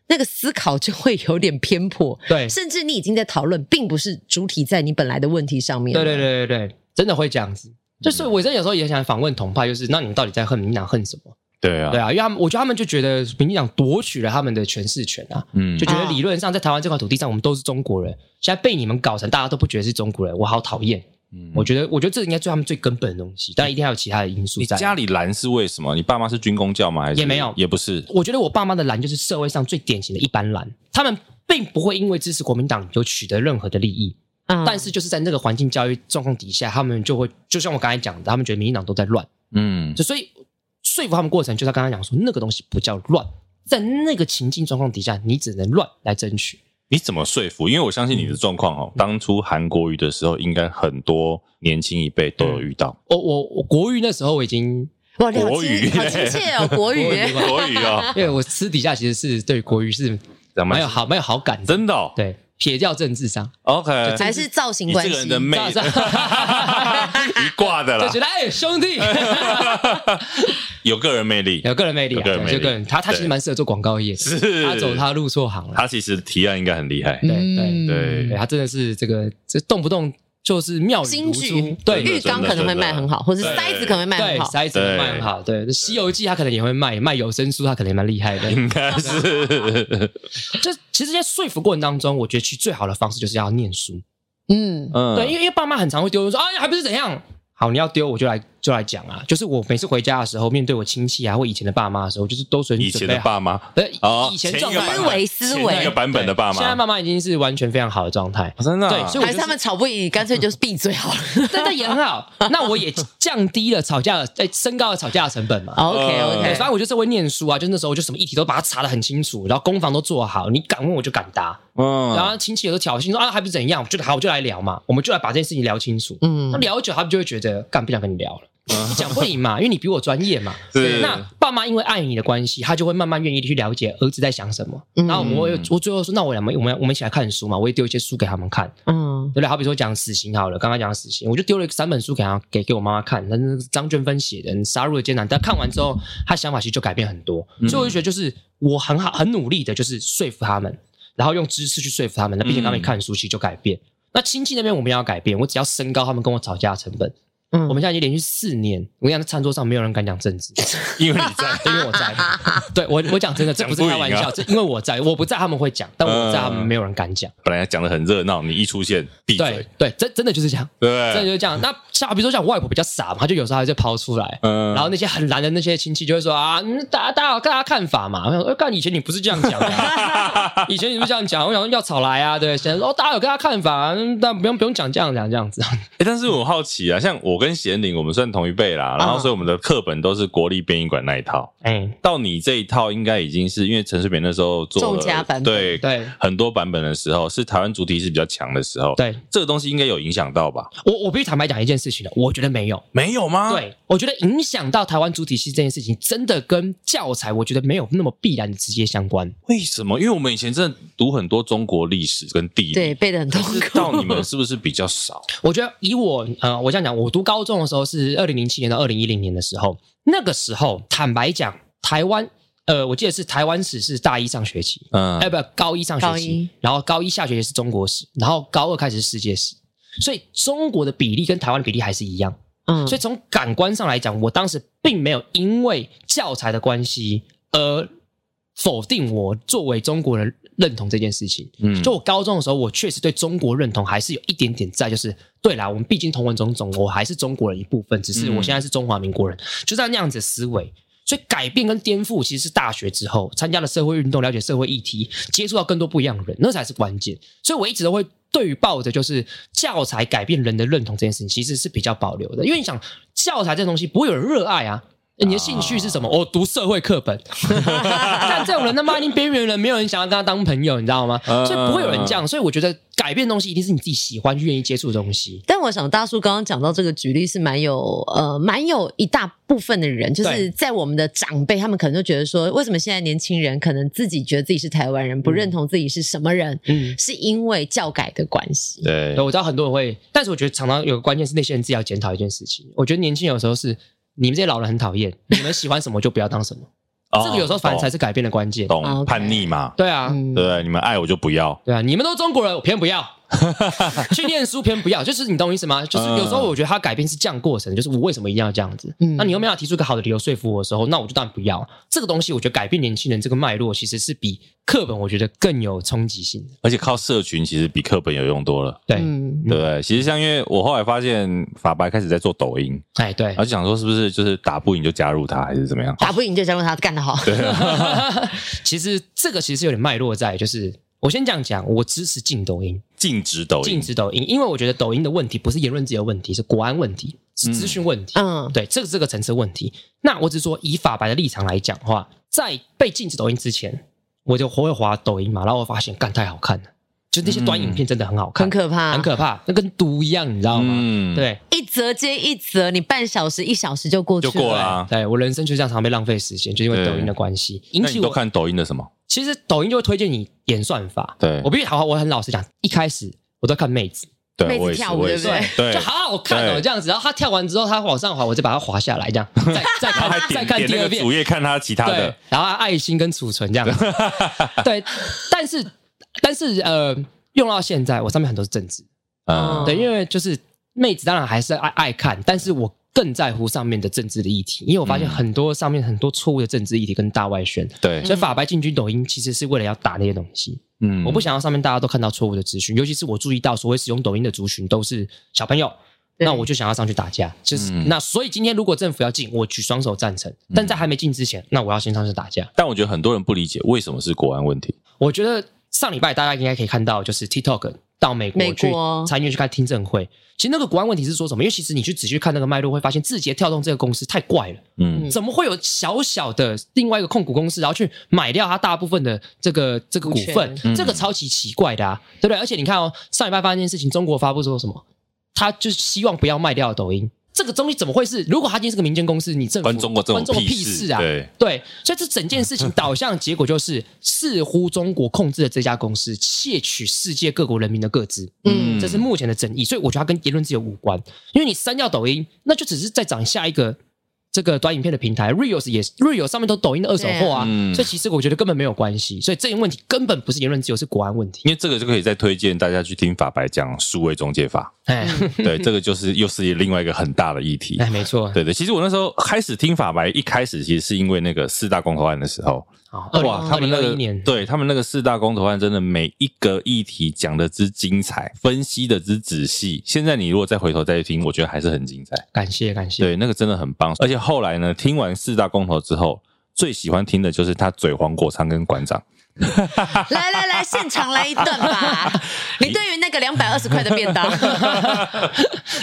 S3: 那个思考就会有点偏颇，
S2: 对
S3: 甚至你已经在讨论，并不是主体在你本来的问题上面。
S2: 对对对对对，真的会这样子。就是我真的有时候也想访问同派，就是那你们到底在恨民进党恨什么？
S1: 对啊，
S2: 对啊，因为他们我觉得他们就觉得民进党夺取了他们的诠释权啊，
S1: 嗯
S2: 就，觉得
S3: 啊
S2: 理论上在台湾这块土地上我们都是中国人，现在被你们搞成大家都不觉得是中国人，我好讨厌。
S1: 嗯
S2: 我觉得我觉得这应该最他们最根本的东西，当然一定还有其他的因素
S1: 你
S2: 在。
S1: 家里蓝是为什么？你爸妈是军工教吗？还是
S2: 也没有
S1: 也不是。
S2: 我觉得我爸妈的蓝就是社会上最典型的一般蓝，他们并不会因为支持国民党就取得任何的利益，
S3: 嗯，
S2: 但是就是在那个环境教育状况底下，他们就会就像我刚才讲的，他们觉得民进党都在乱，
S1: 嗯，
S2: 就所以说服他们过程就是刚刚讲说那个东西不叫乱，在那个情境状况底下，你只能乱来争取。
S1: 你怎么说服？因为我相
S2: 嗯
S1: 信你的状况哦，当初韩国瑜的时候，应该很多年轻一辈都有遇到。
S2: 我我我国语那时候我已经，
S3: 哇，了
S1: 国语
S3: 解，好亲切 哦，国语
S2: 国语
S3: 欸
S2: 嗯
S1: 国语啊，
S2: 因为我私底下其实是对国语是
S1: 咱们
S2: 蛮有好蛮有好感的，
S1: 真的哦
S2: 对，撇掉政治上，
S1: OK，
S3: 还是造型
S1: 你
S3: 关
S1: 这
S3: 系。
S1: 个人的魅
S2: 造
S1: 力
S2: 型
S1: 一挂的
S2: 就
S1: 啦
S2: 觉，得哎 兄弟
S1: 有个人魅力，
S2: 有个人魅力
S1: 有
S2: 啊，
S1: 个人魅力
S2: 就个人他他其实蛮适合做广告业，
S1: 是
S2: 他走他入错行了。
S1: 他其实提案应该很厉害。
S2: 对对
S3: 嗯
S1: 对
S2: 对他真的是这个这动不动就是妙语
S3: 新
S2: 如
S3: 剧
S2: 珠，对
S3: 浴缸可能会卖很好，或者
S1: 对
S3: 塞子可能会卖很
S2: 对
S3: 好。
S2: 塞子卖很好，对《西游记》他可能也会卖，卖有声书他可能也蛮厉害的。
S1: 应该是，
S2: 就其实，在说服过程当中，我觉得其实最好的方式就是要念书，
S3: 嗯，
S1: 嗯，
S2: 对，因为因为爸妈很常会丢说，哎，还不是怎样。好，你要丢我就来就来讲啊！就是我每次回家的时候，面对我亲戚啊或以前的爸妈的时候，我就是都随
S1: 嗯以
S2: 你
S1: 前
S2: 准
S1: 的
S2: 备好。
S1: 爸妈，
S2: 呃，
S1: 哦，
S2: 以前
S1: 前一
S2: 状
S1: 个
S2: 态
S1: 版
S3: 思
S1: 本
S3: 维思
S1: 前
S3: 维
S1: 一个版本的爸
S2: 现在
S1: 妈，
S2: 爸妈已经是完全非常好的状态。
S1: 哦真的啊，
S2: 对，所以我
S3: 还
S2: 就是是
S3: 他们吵不赢，干脆就是闭嘴 好了。
S2: 对，但也很好。那我也降低了吵架的，哎，升高了吵架的成本嘛。
S3: OK
S2: 对，
S3: OK，
S2: 反正我就是会念书啊，就那时候我就什么议题都把它查得很清楚，然后攻防都做好，你敢问我就敢答，然
S1: 嗯，
S2: 后亲戚也都挑衅说啊还不怎样，我就好我就来聊嘛，我们就来把这件事情聊清楚。
S3: 嗯
S2: 那，聊久他们就会觉得干不想跟你聊了，你讲不赢嘛，因为你比我专 业嘛。
S1: 是
S2: 那爸妈因为爱你的关系，他就会慢慢愿意去了解儿子在想什么。
S3: 嗯
S2: 然后我会我最后说，那我们我们我们一起来看书嘛，我也丢一些书给他们看，
S3: 嗯
S2: 对不对？好比说讲死刑好了，刚刚讲死刑，我就丢了三本书给他给给我妈妈看，但是张卷芬写的《杀戮的艰难》，但看完之后，他想法其实就改变很多。
S1: 嗯
S2: 所以我就觉得，就是我很好很努力的，就是说服他们，然后用知识去说服他们，那并且他们
S1: 嗯
S2: 看书其实就改变。那亲戚那边我们也要改变，我只要升高他们跟我吵架的成本。
S3: 嗯
S2: 我们现在已经连续四年，我跟你讲，在餐桌上没有人敢讲政治，
S1: 因为你 在，
S2: 因为 我在。对我，我讲真的，这不是开
S1: 讲
S2: 玩
S1: 不赢
S2: 笑，
S1: 啊
S2: 这因为我在，我不在他们会讲，但我在
S1: 嗯
S2: 他们没有人敢讲。
S1: 本来讲的很热闹，你一出现闭
S2: 对
S1: 嘴，
S2: 对，真真的就是这样，
S1: 对
S2: 真的
S1: 不
S2: 就
S1: 对，
S2: 是这样。那像比如说像我外婆比较傻嘛，她就有时候还是抛出来。
S1: 嗯
S2: 然后那些很蓝的那些亲戚就会说啊，嗯大家大家有大家看法嘛。我想说，呃干、以前你不是这样讲的啊、以前你不是这样讲。我想说要吵来啊，对，现在说、哦、大家有跟他看法、啊，嗯但不用不用讲这样讲这样子。
S1: 欸，但是我好奇啊，像我跟贤玲，我们算同一辈啦，
S2: 嗯
S1: 然后所以我们的课本都是国立编译馆那一套。
S2: 哎、
S1: 到你这一套，应该已经是因为陈水扁那时候做了
S3: 众家版本
S1: 对
S2: 对
S1: 很多版本的时候，是台湾主题是比较强的时候。，
S2: 对
S1: 这个东西应该有影响到吧？
S2: 我我必须坦白讲一件事情了，我觉得没有。
S1: 没有吗？，
S2: 对，我觉得影响到台湾主体系这件事情，真的跟教材我觉得没有那么必然的直接相关。
S1: 为什么？因为我们以前真的读很多中国历史跟地理，
S3: 对，，背的很
S1: 可
S3: 痛
S1: 是
S3: 苦。
S1: 到你们是不是比较少？
S2: 我觉得以我呃，我这样讲，我读高中的时候是二零零七年到二零一零年的时候，那个时候坦白讲，台湾呃，我记得是台湾史是大一上学期，
S1: 嗯
S2: 哎、，不，高一上学
S3: 高一
S2: 期，然后高一下学期是中国史，然后高二开始是世界史，所以中国的比例跟台湾的比例还是一样。
S3: 嗯，
S2: 所以从感官上来讲，我当时并没有因为教材的关系而否定我作为中国人认同这件事情。
S1: 嗯
S2: 就我高中的时候，我确实对中国认同还是有一点点在，就是对啦，我们毕竟同文种种，我还是中国人一部分，只是我现在是中华民国人，就在那样子的思维。所以改变跟颠覆其实是大学之后参加了社会运动，了解社会议题，接触到更多不一样的人，那才是关键。所以我一直都会对于抱着就是教材改变人的认同这件事情，其实是比较保留的，因为你想教材这东西不会有人热爱啊。你的兴趣是什么？我、读社会课本，但这种人他妈一定边缘人，没有人想要跟他当朋友，你知道吗？
S1: 嗯
S2: 所以不会有人这样。所以我觉得改变的东西一定是你自己喜欢、愿意接触的东西。
S3: 但我想大叔刚刚讲到这个举例是蛮有呃蛮有一大部分的人，就是
S2: 对
S3: 在我们的长辈，他们可能就觉得说，为什么现在年轻人可能自己觉得自己是台湾人，不认同自己是什么人，
S2: 嗯，
S3: 是因为教改的关系。
S1: 对
S2: 对，，我知道很多人会，但是我觉得常常有个关键是那些人自己要检讨一件事情。我觉得年轻人有时候是你们这些老人很讨厌，你们喜欢什么就不要当什么，
S1: 哦
S2: 这个有时候反而才是改变的关键。
S1: 懂懂
S3: OK
S1: 叛逆嘛？
S2: 对啊，
S3: 嗯
S1: 对不对，你们爱我就不要。
S2: 对啊，你们都中国人，我 偏不要去念书，偏不要，就是你懂我意思吗？就是有时
S1: 嗯
S2: 候我觉得他改变是这样过程，就是我为什么一定要这样子？
S3: 嗯
S2: 那你又没有提出一个好的理由说服我的时候，那我就当然不要。这个东西，我觉得改变年轻人这个脉络，其实是比课本我觉得更有冲击性的。
S1: 而且靠社群其实比课本有用多了。
S2: 对，
S3: 嗯，
S1: 对不对？其实像因为我后来发现法白开始在做抖音，
S2: 哎，对
S1: 然后，就想说是不是就是打不赢就加入他，还是怎么样？
S3: 打不赢就加入他，干得好。
S2: 啊 其实这个其实有点脉络在，就是我先这样讲，我支持禁抖音，
S1: 禁止抖音
S2: 禁，止抖音，因为我觉得抖音的问题不是言论自由问题，是国安问题，是资讯问题。
S3: 嗯
S2: 对，这个这个层次问题。那我只是说，以法白的立场来讲的话，在被禁止抖音之前，我就会滑抖音嘛，然后我发现干太好看了，就那些短影片真的很好看，
S3: 很可怕，
S2: 很可怕，那跟毒一样，你知道吗？
S1: 嗯，，
S2: 对
S3: 一则接一则，你半小时一小时就过去
S1: 就过了啊
S2: 对，我人生就这样常被浪费时间，就因为
S1: 对
S2: 抖音的关系，引
S1: 嗯那
S2: 起
S1: 你都
S2: 我。
S1: 看抖音的什么？
S2: 其实抖音就会推荐你演算法，
S1: 对
S2: 我必须好好，我很老实讲，一开始我都看妹子，
S1: 对，
S3: 妹子
S1: 我也是，
S3: 跳舞
S1: 我也是
S3: 对，
S1: 对
S2: 就，好好看哦，
S1: 对
S2: 这样子。然后她跳完之后，她往上滑，我再把它滑下 来，这样，再再
S1: 他还
S2: 看 再
S1: 点
S2: 看
S1: 点
S2: 第
S1: 那
S2: 二
S1: 个
S2: 遍
S1: 主，页看他其他
S2: 对
S1: 的，，
S2: 然后爱心跟储存 这样子。对，但是但是呃，用到现在，我上面很多是政治，
S3: 嗯
S1: 嗯，
S2: 对，因为就是妹子当然还是爱爱看，但是我更在乎上面的政治的议题，因为我发现
S1: 嗯
S2: 很多上面很多错误的政治议题跟大外宣，
S1: 对，
S2: 所以法白进军抖音其实是为了要打那些东西。
S1: 嗯
S2: 我不，想要上面大家都看到错误的资讯，尤其是我注意到所谓使用抖音的族群都是小朋友，
S3: 对
S2: 那我就想要上去打架，就是、
S1: 嗯
S2: 那所以今天如果政府要禁，我举双手赞成，但在还没禁之前，那我要先上去打架。
S1: 但我觉得很多人不理解为什么是国安问题，
S2: 我觉得上礼拜大家应该可以看到，就是 TikTok 到美国
S3: 美
S2: 去
S3: 国
S2: 参与去看听证会，其实那个国安问题是说什么？因为其实你去仔细看那个脉络，会发现字节跳动这个公司太怪了。
S1: 嗯
S3: 嗯
S2: 怎么会有小小的另外一个控股公司，然后去买掉它大部分的这个这个股份
S3: 股嗯
S1: 权？
S2: 这个超级奇怪的啊，对不对？而且你看哦，上礼拜发生一件事情，中国发布说什么？他就是希望不要卖掉抖音，这个东西怎么会是？如果它今天是个民间公司，你政府
S1: 关中国这种
S2: 关中国
S1: 屁
S2: 屁
S1: 事
S2: 事啊！
S1: 对
S2: 所以这整件事情导向结果就是，似乎中国控制了这家公司，窃取世界各国人民的各自。
S1: 嗯
S2: 这是目前的争议，所以我觉得它跟言论自由无关，因为你删掉抖音，那就只是在涨下一个。这个短影片的平台 Reels 也 Reels 上面都抖音的二手货啊，
S1: 对啊嗯
S2: 所以其实我觉得根本没有关系，所以这个问题根本不是言论自由，是国安问题。
S1: 因为这个就可以再推荐大家去听法白讲数位中介 法，
S2: 哎，
S1: 对，这个就是又是另外一个很大的议题。
S2: 哎，没错，
S1: 对对，其实我那时候开始听法白，一开始其实是因为那个四大公投案的时候，
S2: 好，
S1: 哇，他们那
S2: 一
S1: 个
S2: 年，
S1: 对他们那个四大公投案，真的每一个议题讲的之精彩，分析的之仔细。现在你如果再回头再去听，我觉得还是很精彩。
S2: 感谢感谢，
S1: 对，那个真的很棒。而且后来呢，听完四大公投之后，最喜欢听的就是他嘴黄国昌跟馆长。
S3: 来来来，现场来一段 吧。你对于那个两百二十块的便当，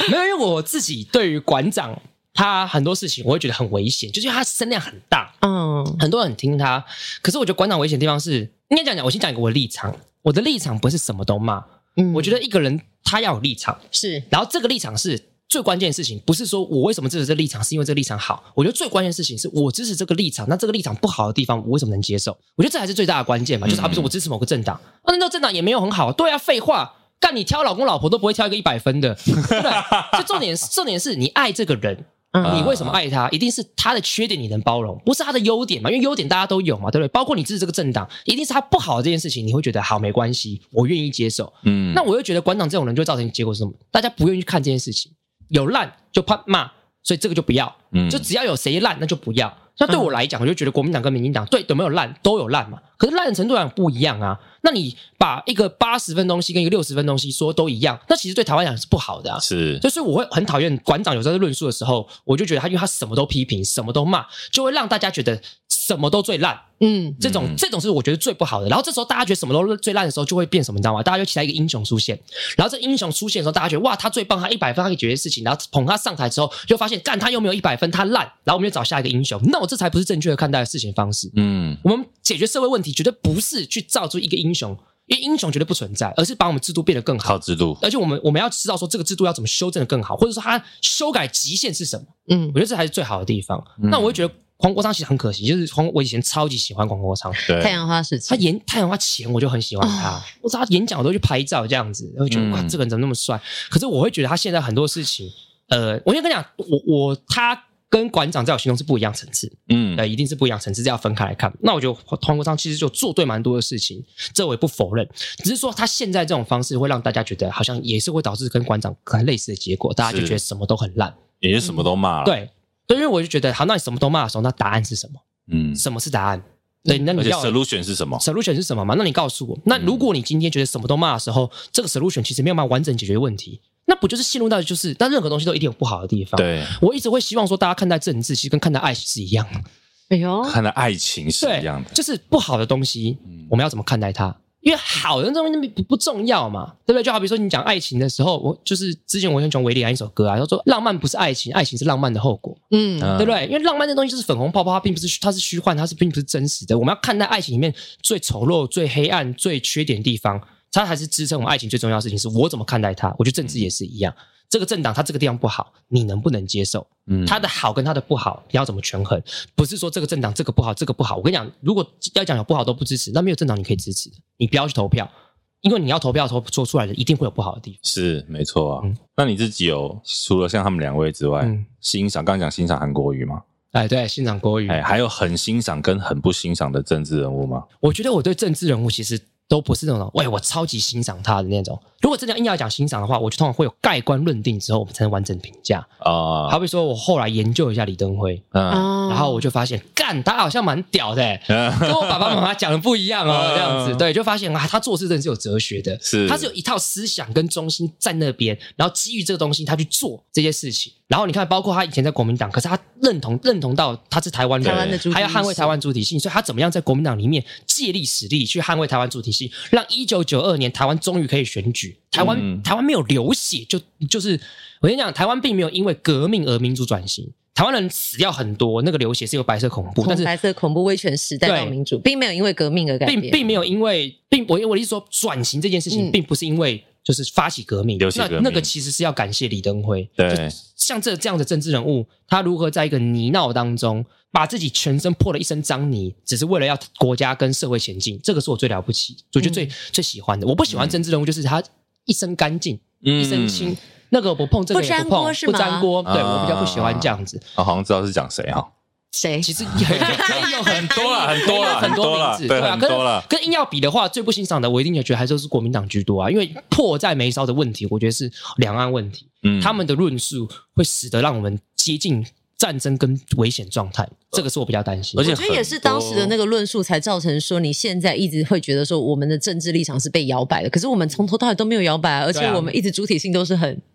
S2: 没有，因为我自己对于馆长他很多事情，我会觉得很危险，就是因为他声量很大，
S3: 嗯
S2: 很多人很听他。可是我觉得馆长危险的地方是，应该讲讲，我先讲一个我的立场，我的立场不是什么都骂，
S3: 嗯
S2: 我觉
S3: 得
S2: 得一个人他要有立场，
S3: 是
S2: 然后这个立场是最关键的事情，不是说我为什么支持这个立场，是因为这个立场好。我觉得最关键的事情是我支持这个立场，那这个立场不好的地方，我为什么能接受？我觉得这才是最大的关键嘛，就是
S1: 嗯
S2: 啊，不是我支持某个政党，啊，那个政党也没有很好，对啊，废话。干你挑老公老婆都不会挑一个一百分的，对不对？就重点是重点是你爱这个人，
S1: 啊
S2: 嗯你为什么爱他？一定是他的缺点你能包容，不是他的优点嘛？因为优点大家都有嘛，对不对？包括你支持这个政党，一定是他不好的这件事情，你会觉得好没关系，我愿意接受。
S1: 嗯，
S2: 那我又觉得馆长这种人就会造成结果是什么？大家不愿意去看这件事情，有烂就怕骂，所以这个就不要，
S1: 嗯
S2: 就只要有谁烂那就不要。那对我来讲，我就觉得国民党跟民进党对有没有烂都有烂嘛，可是烂的程度上不一样啊。那你把一个八十分东西跟一个六十分东西说都一样，那其实对台湾来讲是不好的啊。
S1: 是
S2: 就是我会很讨厌馆长有时候在论述的时候，我就觉得他因为他什么都批评，什么都骂，就会让大家觉得什么都最烂。
S3: 嗯
S2: 这种
S1: 嗯
S2: 这种是我觉得最不好的。然后这时候大家觉得什么都最烂的时候，就会变什么，你知道吗？大家就期待一个英雄出现。然后这英雄出现的时候，大家觉得哇，他最棒，他一百分，他可以解决事情。然后捧他上台之后，就发现干他又没有一百分，他烂。然后我们就找下一个英雄。那我这才不是正确的看待事情方式。
S1: 嗯
S2: 我们解决社会问题，绝对不是去造出一个英雄，因为英雄绝对不存在，而是把我们制度变得更好
S1: 靠。制度，
S2: 而且我们我们要知道说这个制度要怎么修正的更好，或者说它修改极限是什么。
S3: 嗯
S2: 我觉得这才是最好的地方。
S1: 嗯
S2: 那我会觉得黄国昌其实很可惜，就是黄我以前超级喜欢黄国昌，
S3: 太
S1: 对，
S3: 阳花时
S2: 他
S3: 期，
S2: 演太阳花前我就很喜欢他，
S3: 哦
S2: 我知道他演讲我都去拍照这样子，我会觉得、
S1: 嗯
S2: 哇，这个人怎么那么帅？可是我会觉得他现在很多事情，呃，我先跟你讲，我我他。跟馆长在我心中是不一样层次，
S1: 嗯
S2: 呃，一定是不一样层次，这要分开来看。那我觉得黄国昌其实就做对蛮多的事情，这我也不否认，只是说他现在这种方式会让大家觉得好像也是会导致跟馆长很类似的结果，大家就是觉得什么都很烂。
S1: 也是什么都骂了，，
S2: 对，对，因为我就觉得，好，那你什么都骂的时候，那答案是什么？
S1: 嗯，
S2: 什么是答案？对，那
S1: 而
S2: 你
S1: 且
S2: 要
S1: solution 是什么？
S2: 哦 solution 是什么嘛？那你告诉我。那
S1: 嗯
S2: 如果你今天觉得什么都骂的时候，这个 solution 其实没有办法完整解决问题，那不就是陷入到就是，但任何东西都一定有不好的地方。，
S1: 对，
S2: 我一直会希望说，大家看待政治其实跟看待爱情是一样的，
S3: 哎呦，
S1: 看来爱情是
S2: 对
S1: 一样的，，
S2: 就是不好的东西，
S1: 嗯
S2: 我们要怎么看待它？因为好的东西不不重要嘛，对不对？就好比说你讲爱情的时候，我就是之前我很喜欢维里安一首歌啊，他说浪漫不是爱情，爱情是浪漫的后果。
S3: 嗯
S1: 嗯
S2: 对不对？因为浪漫这东西就是粉红泡泡，它并不是虚它是虚幻，它是并不是真实的。我们要看待爱情里面最丑陋、最黑暗、最缺点的地方，它才是支撑我们爱情最重要的事情。是我怎么看待它？我觉得政治也是一样。这个政党它这个地方不好，你能不能接受？
S1: 嗯
S2: 它的好跟它的不好，你要怎么权衡？不是说这个政党这个不好，这个不好。我跟你讲，如果要讲有不好都不支持，那没有政党你可以支持的，你不要去投票，因为你要投票投做出来的一定会有不好的地
S1: 是没错啊
S2: 嗯。
S1: 那你自己有除了像他们两位之外
S2: 方。，嗯，
S1: 欣赏刚刚讲欣赏韩国瑜嘛？
S2: 哎，对，欣赏国语。
S1: 哎，还有很欣赏跟很不欣赏的政治人物吗？
S2: 我觉得我对政治人物其实都不是那种，喂，我超级欣赏他的那种。如果真的硬要讲欣赏的话，我就通常会有盖棺论定之后，我们才能完整评价。
S1: 啊，
S2: 好比说，我后来研究一下李登辉，
S1: 嗯，。
S3: 啊
S2: 呃然后我就发现，干，他好像蛮屌的、欸
S1: 嗯
S2: 跟我爸爸妈妈讲的不一样哦，
S1: 嗯
S2: 这样子，对，就发现啊，他做事真的是有哲学的，
S1: 是
S2: 他是有一套思想跟中心在那边，然后基于这个东西，他去做这些事情。然后你看，包括他以前在国民党，可是他认同认同到他是台湾人，
S3: 台湾的主体
S2: 还要捍卫台湾主体性，所以他怎么样在国民党里面借力使力去捍卫台湾主体性，让一九九二年台湾终于可以选举，台湾、
S1: 嗯
S2: 台湾没有流血，就就是我跟你讲，台湾并没有因为革命而民主转型。台湾人死掉很多，那个流血是有白色恐怖，但
S3: 从
S2: 是
S3: 白色恐怖威权时代到
S2: 对
S3: 民主，并没有因为革命而改
S2: 并
S3: 变，
S2: 并没有因为并我我的意思说转型这件事情，
S3: 嗯
S2: 并不是因为就是发起革命。
S1: 流血
S2: 那
S1: 革命
S2: 那个其实是要感谢李登辉，
S1: 对，嗯
S2: 像这这样的政治人物，他如何在一个泥淖当中，把自己全身破了一身脏泥，只是为了要国家跟社会前进，这个是我最了不起，我觉得
S3: 嗯
S2: 最、最喜欢的。我不
S1: 嗯
S2: 喜欢政治人物，就是他一身干净，一身轻，那个我不碰，这个也不
S3: 不沾锅
S2: 碰，
S3: 是
S2: 不
S3: 吗
S2: 粘锅。对
S1: 啊
S2: 我比较不喜欢这样子。
S1: 我啊好像知道是讲谁哈，
S3: 谁？
S2: 其实也可 以有很
S1: 很多啦，很多
S2: 多
S1: 啦，
S2: 了很
S1: 多
S2: 名
S1: 啦，
S2: 字，
S1: 对，
S2: 啊，
S1: 很
S2: 跟
S1: 多啦。
S2: 跟硬要比的话，最不欣赏的，我一定也觉得还是是国民党居多啊，因为迫在眉梢的问题，我觉得是两岸问题，
S1: 嗯
S2: 他们的论述会使得让我们接近战争跟危险状态，这个是我比较担心。
S1: 而且
S3: 我觉得也是
S1: 很多
S3: 当时的那个论述，才造成说你现在一直会觉得说我们的政治立场是被摇摆的，可是我们从头到尾都没有摇摆、啊，而且
S2: 对啊
S3: 我们一直主体性都是很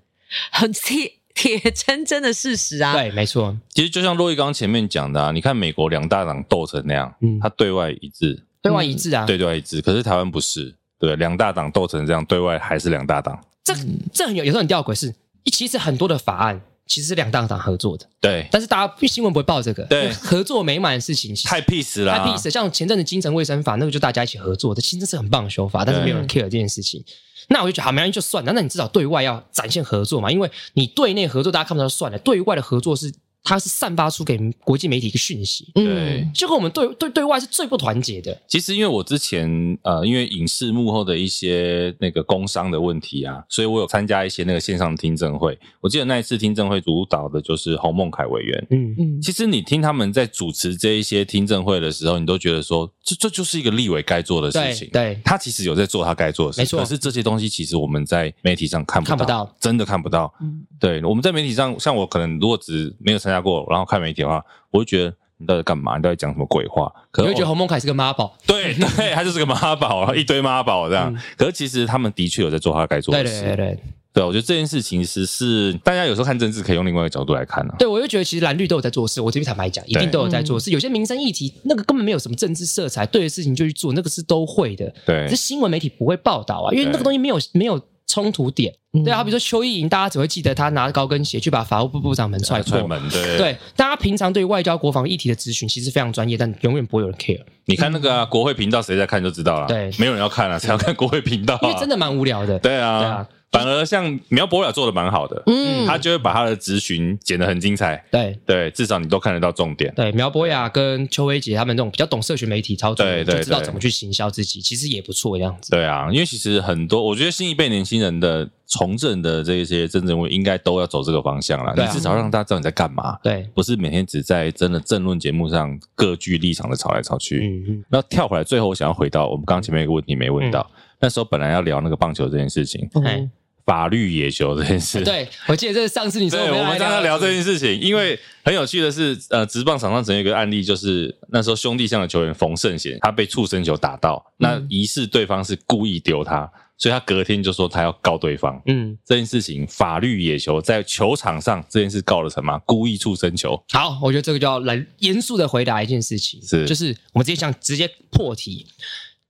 S3: 很铁铁铮铮的事实啊。
S2: 对，没错，
S1: 其实就像洛伊刚刚前面讲的啊，你看美国两大党斗成那样，
S2: 嗯
S1: 他对外一致，
S2: 对外一致啊，
S1: 嗯对对外一致，可是台湾不是，对，两大党斗成这样，对外还是两大党，
S2: 这这很有有时候很吊诡是，其实很多的法案其实是两大党合作的，
S1: 对，
S2: 但是大家新闻不会报这个，
S1: 对
S2: 因为合作美满的事情其实
S1: 太 peace 啦，
S2: 太 p e 像前阵子精神卫生法，那个就大家一起合作的，其实这是很棒的修法，但是没有人 care 这件事情。那我就觉得好，没关系，就算了。那你至少对外要展现合作嘛，因为你对内合作大家看不到就算了，对外的合作是它是散发出给国际媒体一个讯息，
S1: 对
S3: 嗯，
S2: 就跟我们对对对外是最不团结的。
S1: 其实因为我之前呃，因为影视幕后的一些那个工商的问题啊，所以我有参加一些那个线上听证会。我记得那一次听证会主导的就是洪孟凯委员。
S2: 嗯，
S3: 嗯，
S1: 其实你听他们在主持这一些听证会的时候，你都觉得说，这这就是一个立委该做的事
S2: 对
S1: 情。
S2: 对，
S1: 他其实有在做他该做的事
S2: 没
S1: 情，
S2: 错
S1: 可是这些东西其实我们在媒体上看不到，
S2: 看不到
S1: 真的看不到。
S3: 嗯
S1: 对，我们在媒体上，像我可能如果只没有参加过，然后看媒体的话，我就觉得你到底干嘛？你到底讲什么鬼话？可哦能
S2: 你会
S1: 我
S2: 觉得洪孟凯是个妈宝，
S1: 对对，他就是个妈宝，然后一堆妈宝这样。
S2: 嗯
S1: 可是其实他们的确有在做他该做
S2: 对
S1: 的
S2: 对
S1: 事。
S2: 对对，
S1: 对我觉得这件事情是是大家有时候看政治可以用另外一个角度来看啊。
S2: 对我就觉得其实蓝绿都有在做事，我这边坦白讲，一定都有在做事。有些民生议题那个根本没有什么政治色彩，对的事情就去做，那个是都会的。
S1: 对
S2: 只是新闻媒体不会报道啊，因为那个东西没有没有冲突点。对啊，好比说邱意莹，大家只会记得她拿高跟鞋去把法务部部长门踹
S1: 踹
S2: 破。
S1: 门，对，
S2: 对，大家平常对外交、国防议题的咨询其实非常专业，但永远不会有人 care，
S1: 你看那个啊、国会频道谁在看就知道了。
S2: 嗯对
S1: 没有人要看啊，谁要看国会频道、啊？
S2: 因为真的蛮无聊的。
S1: 对啊，
S2: 对啊
S1: 反而像苗博雅做的蛮好的，
S3: 嗯
S1: 他就会把他的咨询剪得很精彩。
S2: 对
S1: 对，至少你都看得到重点。
S2: 对，苗博雅跟邱威杰他们那种比较懂社群媒体操作的人，
S1: 对对
S2: 就知道
S1: 对
S2: 怎么去行销自己，其实也不错这样子。
S1: 对啊，因为其实很多，我觉得新一辈年轻人的从政的这些政治人物，应该都要走这个方向啦。
S2: 对啊
S1: 你至少让大家知道你在干嘛，
S2: 对，
S1: 不是每天只在真的政论节目上各据立场的吵来吵去。
S2: 嗯嗯，
S1: 那跳回来，最后我想要回到我们刚刚前面有一个问题没问到，那时候本来要聊那个棒球这件事情，
S3: 嗯
S2: 哎
S1: 法律野球这件事。
S2: 啊嗯对，我记得这是上次你说
S1: 对，我
S2: 要
S1: 们
S2: 来
S1: 刚刚聊这件事
S2: 事
S1: 情，因为很有趣的是，呃，职棒场上曾有一个案例，就是那时候兄弟象的球员冯胜贤，他被触身球打到，
S2: 嗯
S1: 那疑似对方是故意丢他，所以他隔天就说他要告对方。
S2: 嗯，
S1: 这件事情，法律野球在球场上这件事告了成吗？故意触身球，
S2: 好，我觉得这个就要来严肃的回答一件事情，
S1: 是
S2: 就是我们直接想直接破题，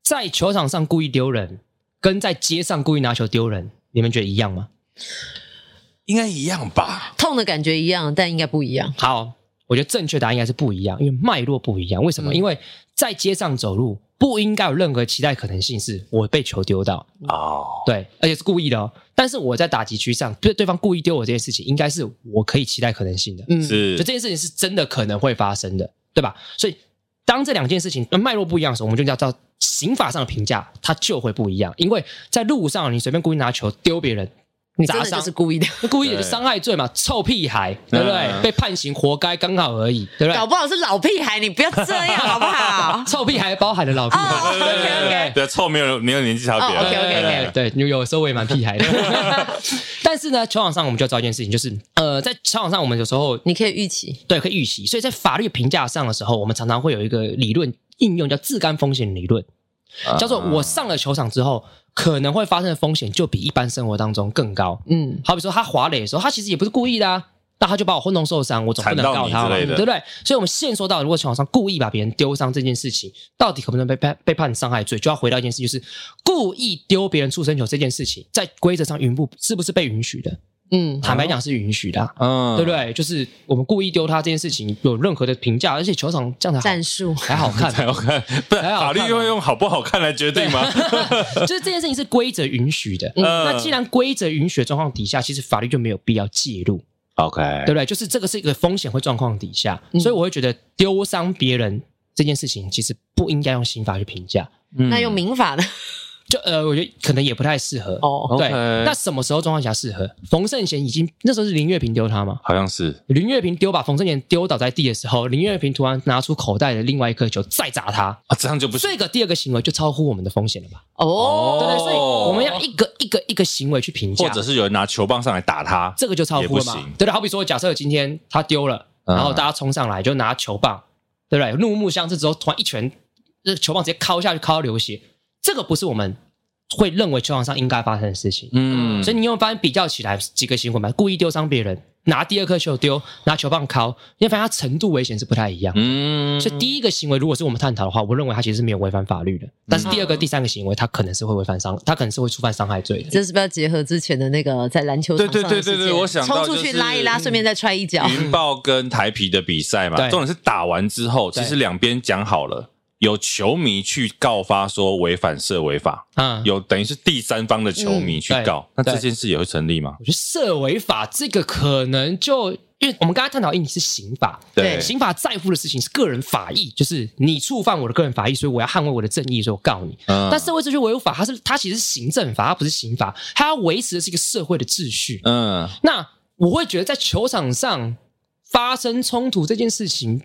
S2: 在球场上故意丢人，跟在街上故意拿球丢人，你们觉得一样吗？
S1: 应该一样吧？
S3: 痛的感觉一样，但应该不一样。
S2: 好，我觉得正确答案应该是不一样，因为脉络不一样。为什么？因为在街上走路不应该有任何期待可能性是我被球丢到，
S1: 哦，
S2: 对，而且是故意的哦。但是我在打击区上，对对方故意丢我这件事情，应该是我可以期待可能性的。
S3: 嗯，
S1: 是
S2: 就这件事情是真的可能会发生的，对吧？所以当这两件事情呃脉络不一样的时候，我们就叫到刑法上的评价，它就会不一样。因为在路上你随便故意拿球丢别人，
S3: 你真
S2: 砸
S3: 的就
S2: 伤
S3: 是。故意的，
S2: 那故意的
S1: 对
S2: 就伤害罪嘛，臭屁孩，对不对？
S1: 嗯
S2: 被判刑活该，刚好而已，对不
S3: 搞
S2: 对？？
S3: 不好是老屁孩，你不要这样好不 好
S2: 臭屁孩包含了老屁
S3: 哦
S2: 孩，
S1: 对对对
S3: OK，OK
S1: 对，臭没有没有年纪差别啊。
S3: 哦，OK，OK，OK
S2: 对，有有时候我也蛮屁孩的。 但是呢，球场上我们就要知道一件事情，就是呃，在球场上我们有时候
S3: 你可以预期，
S2: 对，可以预期。所以在法律评价上的时候，我们常常会有一个理论应用，叫自甘风险理论，
S1: 啊
S2: 叫做
S1: 嗯
S2: 我上了球场之后可能会发生的风险就比一般生活当中更高。
S3: 嗯，
S2: 好比说他滑垒的时候，他其实也不是故意的啊。那他就把我混弄受伤，我总不能
S1: 缠到
S2: 告
S1: 你
S2: 他
S1: 之
S2: 嘛，
S1: 类
S2: 对
S1: 的
S2: 不对？所以，我们现说到，如果球场上故意把别人丢伤这件事情，到底可不能被判被判伤害罪，就要回到一件事，就是故意丢别人出生球这件事情，在规则上允不是不是被允许的？
S3: 嗯，
S2: 坦白讲是允许的啊、
S1: 嗯，
S2: 对不？对？就是我们故意丢他这件事情有任何的评价，而且球场这样才
S3: 战
S2: 好
S3: 术，
S2: 才 好看。
S1: 才好看，不然
S2: 才好
S1: 法
S2: 看啊
S1: 律会用好不好看来决定吗？
S2: 就是这件事情是规则允许的。
S3: 嗯
S2: 那既然规则允许的状况底下，其实法律就没有必要介入，
S1: OK，
S2: 对不对？就是这个是一个风险会状况底下，
S3: 嗯
S2: 所以我会觉得丢伤别人这件事情，其实不应该用刑法去评价。
S1: 嗯
S3: 那用民 法的
S2: 就呃，我觉得可能也不太适合。
S3: 哦，
S2: 对
S1: OK
S2: 那什么时候状况下适合？冯胜贤已经那时候是林月平丢他嘛？
S1: 好像是
S2: 林月平丢把冯胜贤丢倒在地的时候，林月平突然拿出口袋的另外一颗球再砸他，
S1: 啊，这样就不是
S2: 这个第二个行为就超乎我们的风险了吧？
S3: 哦，
S2: 对不对？所以我们要
S1: 哦
S2: 一个一个一个行为去评价，
S1: 或者是有人拿球棒上来打他，
S2: 这个就超
S1: 也
S2: 乎
S1: 不
S2: 了嘛
S1: 行。
S2: 对对，好比说，假设今天他丢了，
S1: 嗯
S2: 然后大家冲上来就拿球棒，对不对？怒目相视之后，突然一拳，这球棒直接敲下去，敲到流血，这个不是我们会认为球场上应该发生的事情。
S1: 嗯，
S2: 所以你有没有发现比较起来几个行为嘛？故意丢伤别人，拿第二颗球丢，拿球棒敲，你会发现它程度危险是不太一样。
S1: 嗯，
S2: 所以第一个行为，如果是我们探讨的话，我认为它其实是没有违反法律的。
S1: 嗯
S2: 但是第二个、第三个行为，它可能是会违反伤，它可能是会触犯伤害罪的。
S3: 这是不是要结合之前的那个在篮球场上的
S1: 对对对对
S3: 事
S1: 对
S3: 件
S1: 我想到
S3: 冲出
S1: 就
S3: 去
S1: 是
S3: 拉一拉，
S1: 嗯
S3: 顺便再踹一脚，
S1: 云豹跟台皮的比赛嘛，
S2: 对
S1: 重点是打完之后，其
S2: 对
S1: 实两边讲好了，有球迷去告发说违反社违法，
S2: 嗯，
S1: 有等于是第三方的球迷去
S2: 嗯
S1: 告，那
S2: 对
S1: 这件事也会成立吗？
S2: 我觉得涉违法这个可能就，因为我们刚才探讨议题是刑法，
S3: 对
S2: 刑法在乎的事情是个人法益，就是你触犯我的个人法益，所以我要捍卫我的正义，所以我告你。
S1: 嗯
S2: 但社会秩序维护法，它是它其实是行政法，它不是刑法，它要维持的是一个社会的秩序。
S1: 嗯，
S2: 那我会觉得在球场上发生冲突这件事情，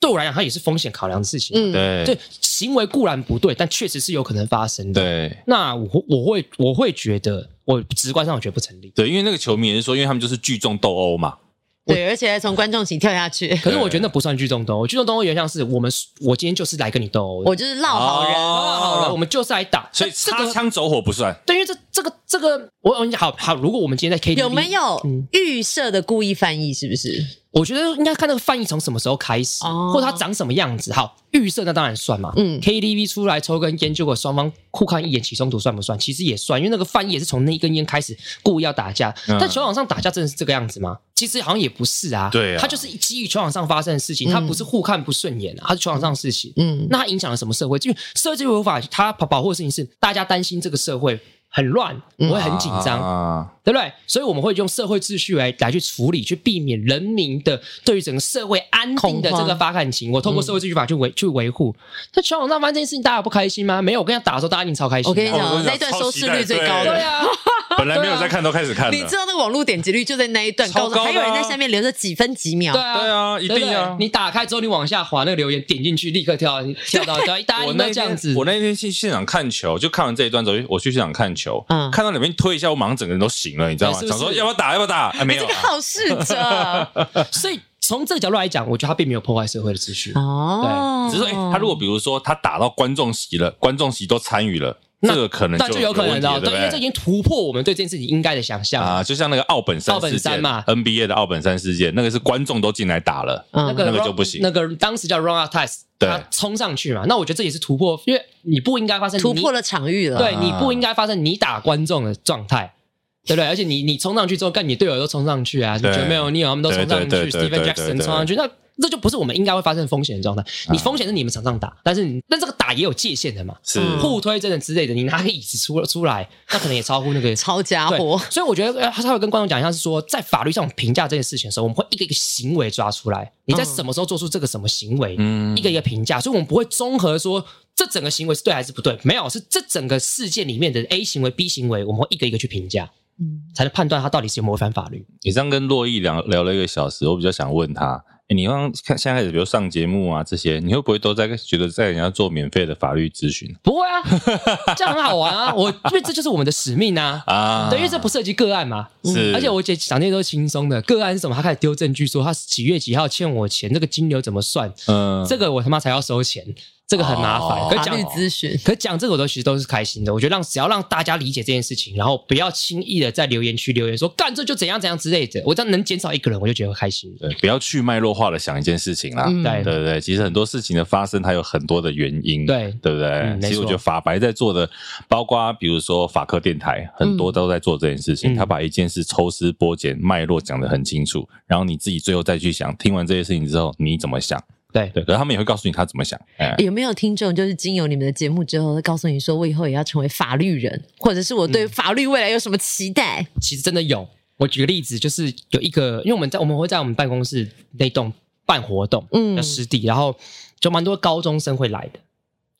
S2: 对我来讲，它也是风险考量的事情。
S3: 嗯，
S1: 对
S2: 对，行为固然不对，但确实是有可能发生的。
S1: 对
S2: 那我我会我会觉得，我直观上我觉得不成立。
S1: 对，因为那个球迷也是说，因为他们就是聚众斗殴嘛，
S3: 对，而且还从观众席跳下去，
S2: 可是我觉得那不算聚众斗殴，聚众斗殴有点像是我们，我今天就是来跟你斗殴的，
S3: 我就是闹好人，
S1: 哦
S2: 好了，我们就是来打，
S1: 所以
S2: 这
S1: 擦
S2: 个
S1: 枪走火不算。
S2: 对，因为这这个这个，我我跟你讲好好，如果我们今天在 KTV
S3: 有没？有
S2: 嗯
S3: 预设的故意翻译？是不是？
S2: 我觉得应该看那个翻译从什么时候开始，
S3: 哦
S2: 或者它长什么样子。好，预设那当然算嘛。
S3: 嗯
S2: KTV 出来抽根烟，结果双方互看一眼起冲突，算不算？其实也算，因为那个翻译也是从那一根烟开始故意要打架。
S1: 嗯
S2: 但球场上打架真的是这个样子吗？其实好像也不是啊。
S1: 对啊
S2: 它就是基于球场上发生的事情，它不是互看不顺眼啊，它是球场上的事情。
S3: 嗯，
S2: 那它影响了什么社会？因为社会违法，它保保护的事情是大家担心这个社会很乱，
S3: 嗯
S2: 我会很紧张，
S1: 啊，
S2: 对不对？所以我们会用社会秩序来来去处理，去避免人民的对于整个社会安定的这
S3: 恐慌
S2: 个发感
S1: 嗯
S2: 情。我透过社会秩序法去维、去维护。那球场上发生这件事情，大家不开心吗？没有，我跟你讲，打的时候大家一定超 开心的。
S3: 我跟你
S1: 哦我跟你
S3: 讲，
S1: 讲
S3: 那一段
S1: 超
S3: 收
S1: 期
S3: 视
S1: 待
S3: 率最
S1: 对
S3: 高
S2: 对
S3: 的。
S2: 啊，
S1: 本来没有在看，都开始看
S3: 你知
S1: 了。
S3: 道那个网络点击率就在那一段
S1: 超
S3: 高
S1: 高
S3: 的，
S1: 的啊
S3: 还有人在下面留着几分几秒
S2: 对。啊，
S1: 对啊，一
S2: 对不
S1: 定啊
S2: 对！你打开之后，你往下滑那个留言，点进去立刻跳跳到，对啊，大家一
S1: 我
S2: 定
S1: 那
S2: 都
S1: 一
S2: 这样
S1: 天
S2: 子。
S1: 我那一天去现场看球，就看完这一段之后，我去现场看球，
S3: 嗯
S1: 看到里面推一下，我马上整个人都醒了，你知道吗？
S2: 对是不是
S1: 想说要不要打，要不要打？哎，没
S3: 你
S1: 有
S3: 这
S1: 啊
S3: 个，好事 者
S2: 所以从这个角度来讲，我觉得他并没有破坏社会的秩序。
S3: 哦，
S1: 只是说，哎，他如果比如说他打到观众席了，观众席都参与了，
S2: 那
S1: 这个可能
S2: 那就有可能
S1: 的
S2: 的、
S1: 问
S2: 哦，
S1: 题了，
S2: 对，因为这
S1: 对不对？
S2: 已经突破我们对这件事情应该的想象了。
S1: 啊，就像那个奥本山
S2: 奥本
S1: 事件
S2: 山嘛
S1: ，NBA 的奥本山事件，那个是观众都进来打了，
S3: 嗯
S2: 那个
S1: 那个
S2: Ron-
S1: 就不行
S2: 那个当时叫 Run Out Test，
S1: 对
S2: 他冲上去嘛。那我觉得这也是突破，因为你不应该发生
S3: 突破
S2: 了，
S3: 了场域了，
S2: 对，
S1: 啊
S2: 你不应该发生你打观众的状态。对不对？而且你你冲上去之后，干你队友都冲上去啊，
S1: 对
S2: 什么 Jamal Neal 他们都冲上去
S1: 对对对对
S2: ，Stephen
S1: 对
S2: Jackson
S1: 对对啊
S2: 冲上去，那这就不是我们应该会发生的风险的状态。你风险是你们场上打，但是你那这个打也有界限的嘛，
S1: 是
S3: 嗯
S2: 互推真的之类的，你拿个椅子出出来，那可能也超乎那个
S3: 抄家
S2: 对
S3: 伙，
S2: 所以我觉得呃稍微跟观众讲一下，是说在法律上评价这件事情的时候，我们会一个一个行为抓出来，你在什么时候做出这个什么行为，
S1: 嗯
S2: 一个一个评价，所以我们不会综合说这整个行为是对还是不对，没有，是这整个事件里面的 A 行为、B 行为，我们会一个一个去评价，
S3: 嗯
S2: 才能判断它到底是有没有违反法律。
S1: 你这样跟洛毅聊聊了一个小时，我比较想问他，诶你刚看现在开始，比如上节目啊这些，你会不会都在觉得在人家做免费的法律咨询
S2: 不 会啊，这样很好玩啊，我因为这就是我们的使命啊。
S1: 啊？
S2: 对，因为这不涉及个案嘛，
S1: 是，
S2: 而且我姐讲那些都是轻松的。个案是什么？她开始丢证据，说她几月几号欠我钱，这个金流怎么算？
S1: 嗯
S2: 这个我他妈才要收钱。这个很麻烦。
S1: 哦
S2: 可
S3: 法
S2: 讲
S3: 律咨询，
S2: 可讲这个我都其实都是开心的，我觉得让只要让大家理解这件事情，然后不要轻易的在留言区留言说干这就怎样怎样之类的，我这样能减少一个人，我就觉得开心了。
S1: 对，不要去脉络化的想一件事情啦。
S3: 嗯
S1: 啊对对对，其实很多事情的发生，它有很多的原因。。
S2: 对，
S1: 对不对？
S2: 嗯没
S1: 其实我
S2: 错
S1: 觉得法白在做的，包括比如说法科电台，很
S3: 嗯
S1: 多都在做这件事情。
S2: 嗯
S1: 他把一件事抽丝剥茧、脉络讲得很清楚，然后你自己最后再去想，听完这些事情之后你怎么想？
S2: 对
S1: 对，可是他们也会告诉你他怎么想。哎、
S3: 有没有听众就是经由你们的节目之后，会告诉你说我以后也要成为法律人，或者是我
S2: 嗯
S3: 对法律未来有什么期待？
S2: 其实真的有。我举个例子，就是有一个，因为我们在我们会在我们办公室那栋办活动，
S3: 嗯
S2: 嗯，湿地，然后就蛮多高中生会来的，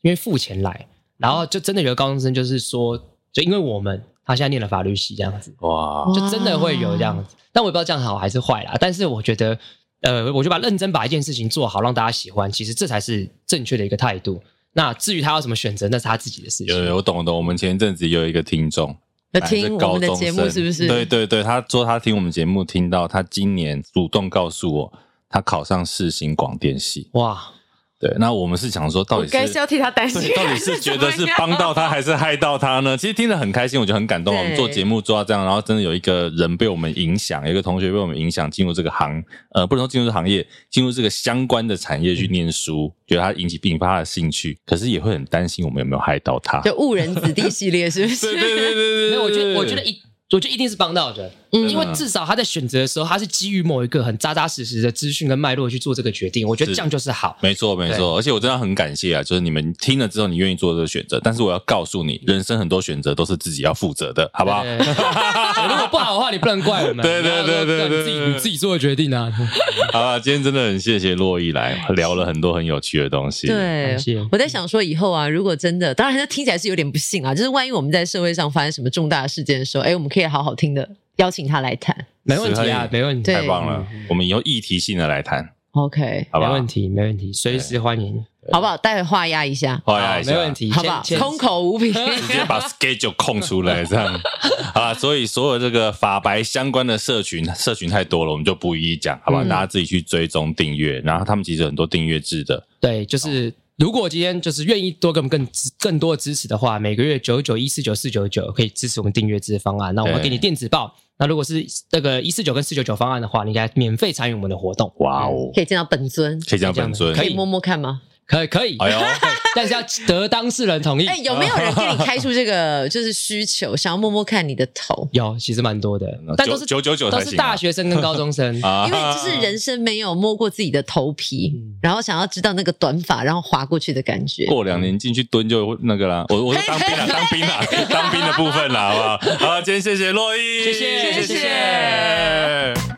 S2: 因为付钱来，然后就真的有个高中生就是说，就因为我们他现在念了法律系这样子，
S1: 哇，
S3: 哇
S2: 就真的会有这
S1: 哦
S2: 样子。但我也不知道这样好还是坏啦。但是我觉得，呃，我就把认真把一件事情做好，让大家喜欢，其实这才是正确的一个态度。那至于他要怎么选择，那是他自己的事
S1: 有
S2: 情。
S1: 有我懂我懂。我们前一阵子有一个听众，
S3: 要
S1: 哎
S3: 听
S1: 是
S3: 我
S1: 高
S3: 们的
S1: 中
S3: 节目
S1: 生
S3: 是不是？
S1: 对对对，他说他听我们节目听到，他今年主动告诉我，他考上世新广电系。
S2: 哇，
S1: 对，那我们是想说，到
S4: 我
S1: 底
S4: 该是要替他担心
S1: 对，，到 底是觉得是帮到他还是害到他呢？其实听得很开心，我觉得很感动。啊
S3: 对
S1: 我们做节目做到这样，然后真的有一个人被我们影响，有一个同学被我们影响，进入这个行，呃，不能说进入这个行业，进入这个相关的产业去念书，觉得他引起引发他的兴趣，可是也会很担心我们有没有害到他。
S3: 就误人子弟系列是不
S1: 对
S3: 是？
S1: 对对对对，
S2: 没有，我觉
S1: 对
S2: 得我觉得一，我觉得一定是帮到的，
S3: 嗯
S2: 因为至少他在选择的时候，他是基于某一个很扎扎实实的资讯跟脉络去做这个决定。我觉得这样就是好。
S1: 没错，没错，而且我真的很感谢啊，就是你们听了之后，你愿意做这个选择。但是我要告诉你，人生很多选择都是自己要负责的，好不好？
S2: 对 对如果不好的话，你不能怪我 们。
S1: 对对
S2: 你要说
S1: 对对对
S2: 你自己
S1: 对
S2: 你自己做的决定啊。
S1: 好了，今天真的很谢谢洛伊来聊了很多很有趣的东西。
S3: 对
S2: 感谢，
S3: 我在想说以后啊，如果真的，当然这听起来是有点不幸啊，就是万一我们在社会上发生什么重大的事件的时候，哎，我们可以好好听的邀请他来谈。
S2: 没问题啊，没问题，
S3: 对
S1: 太棒了，我们以后议题性的来谈，
S3: OK，
S1: 好不
S2: 没
S1: 好
S2: 问？题，没问题，随时欢迎。
S3: 好不好？待会画押一下，
S1: 画押一下，
S2: 没问，题，
S3: 好不好？
S2: 先
S3: 空。口无 凭。
S1: 直接把 schedule 空出来，这样好啦，所以所有这个法白相关的社群，社群太多了，我们就不一一讲，好吧？
S3: 嗯
S1: 大家自己去追踪订阅，然后他们其实有很多订阅制的，
S2: 对，就是如果今天就是愿意多给我们更支更多的支持的话，每个月九九一四九四九九可以支持我们订阅制的方案。那我们
S1: 对
S2: 给你电子报。那如果是那个一四九跟四九九方案的话，你应该免费参与我们的活动。
S1: 哇哦，
S3: 可以见到本尊，
S1: 可以这样本尊
S2: 嗯可
S3: 可
S2: 以
S3: 以摸摸看吗？
S2: 可以可以，
S1: 哎呦
S2: 可以但是要得当事人同意
S3: 哎，。有没有人给你开出这个就是需求，想要摸摸看你的头？
S2: 有，其实蛮多的
S1: 嗯，
S2: 但都是
S1: 九九九
S2: 都
S1: 才
S2: 是
S1: 行啊。
S2: 大学生跟高中生
S1: 啊
S3: 因为就是人生没有摸过自己的头皮
S2: 嗯，
S3: 然后想要知道那个短发然后划过去的感觉。
S1: 过两年进去蹲就会那个啦，我我是当 兵啦，当兵啦，当兵的部分啦，好不好？好，今天谢谢洛伊，
S2: 谢谢
S3: 谢谢
S1: 谢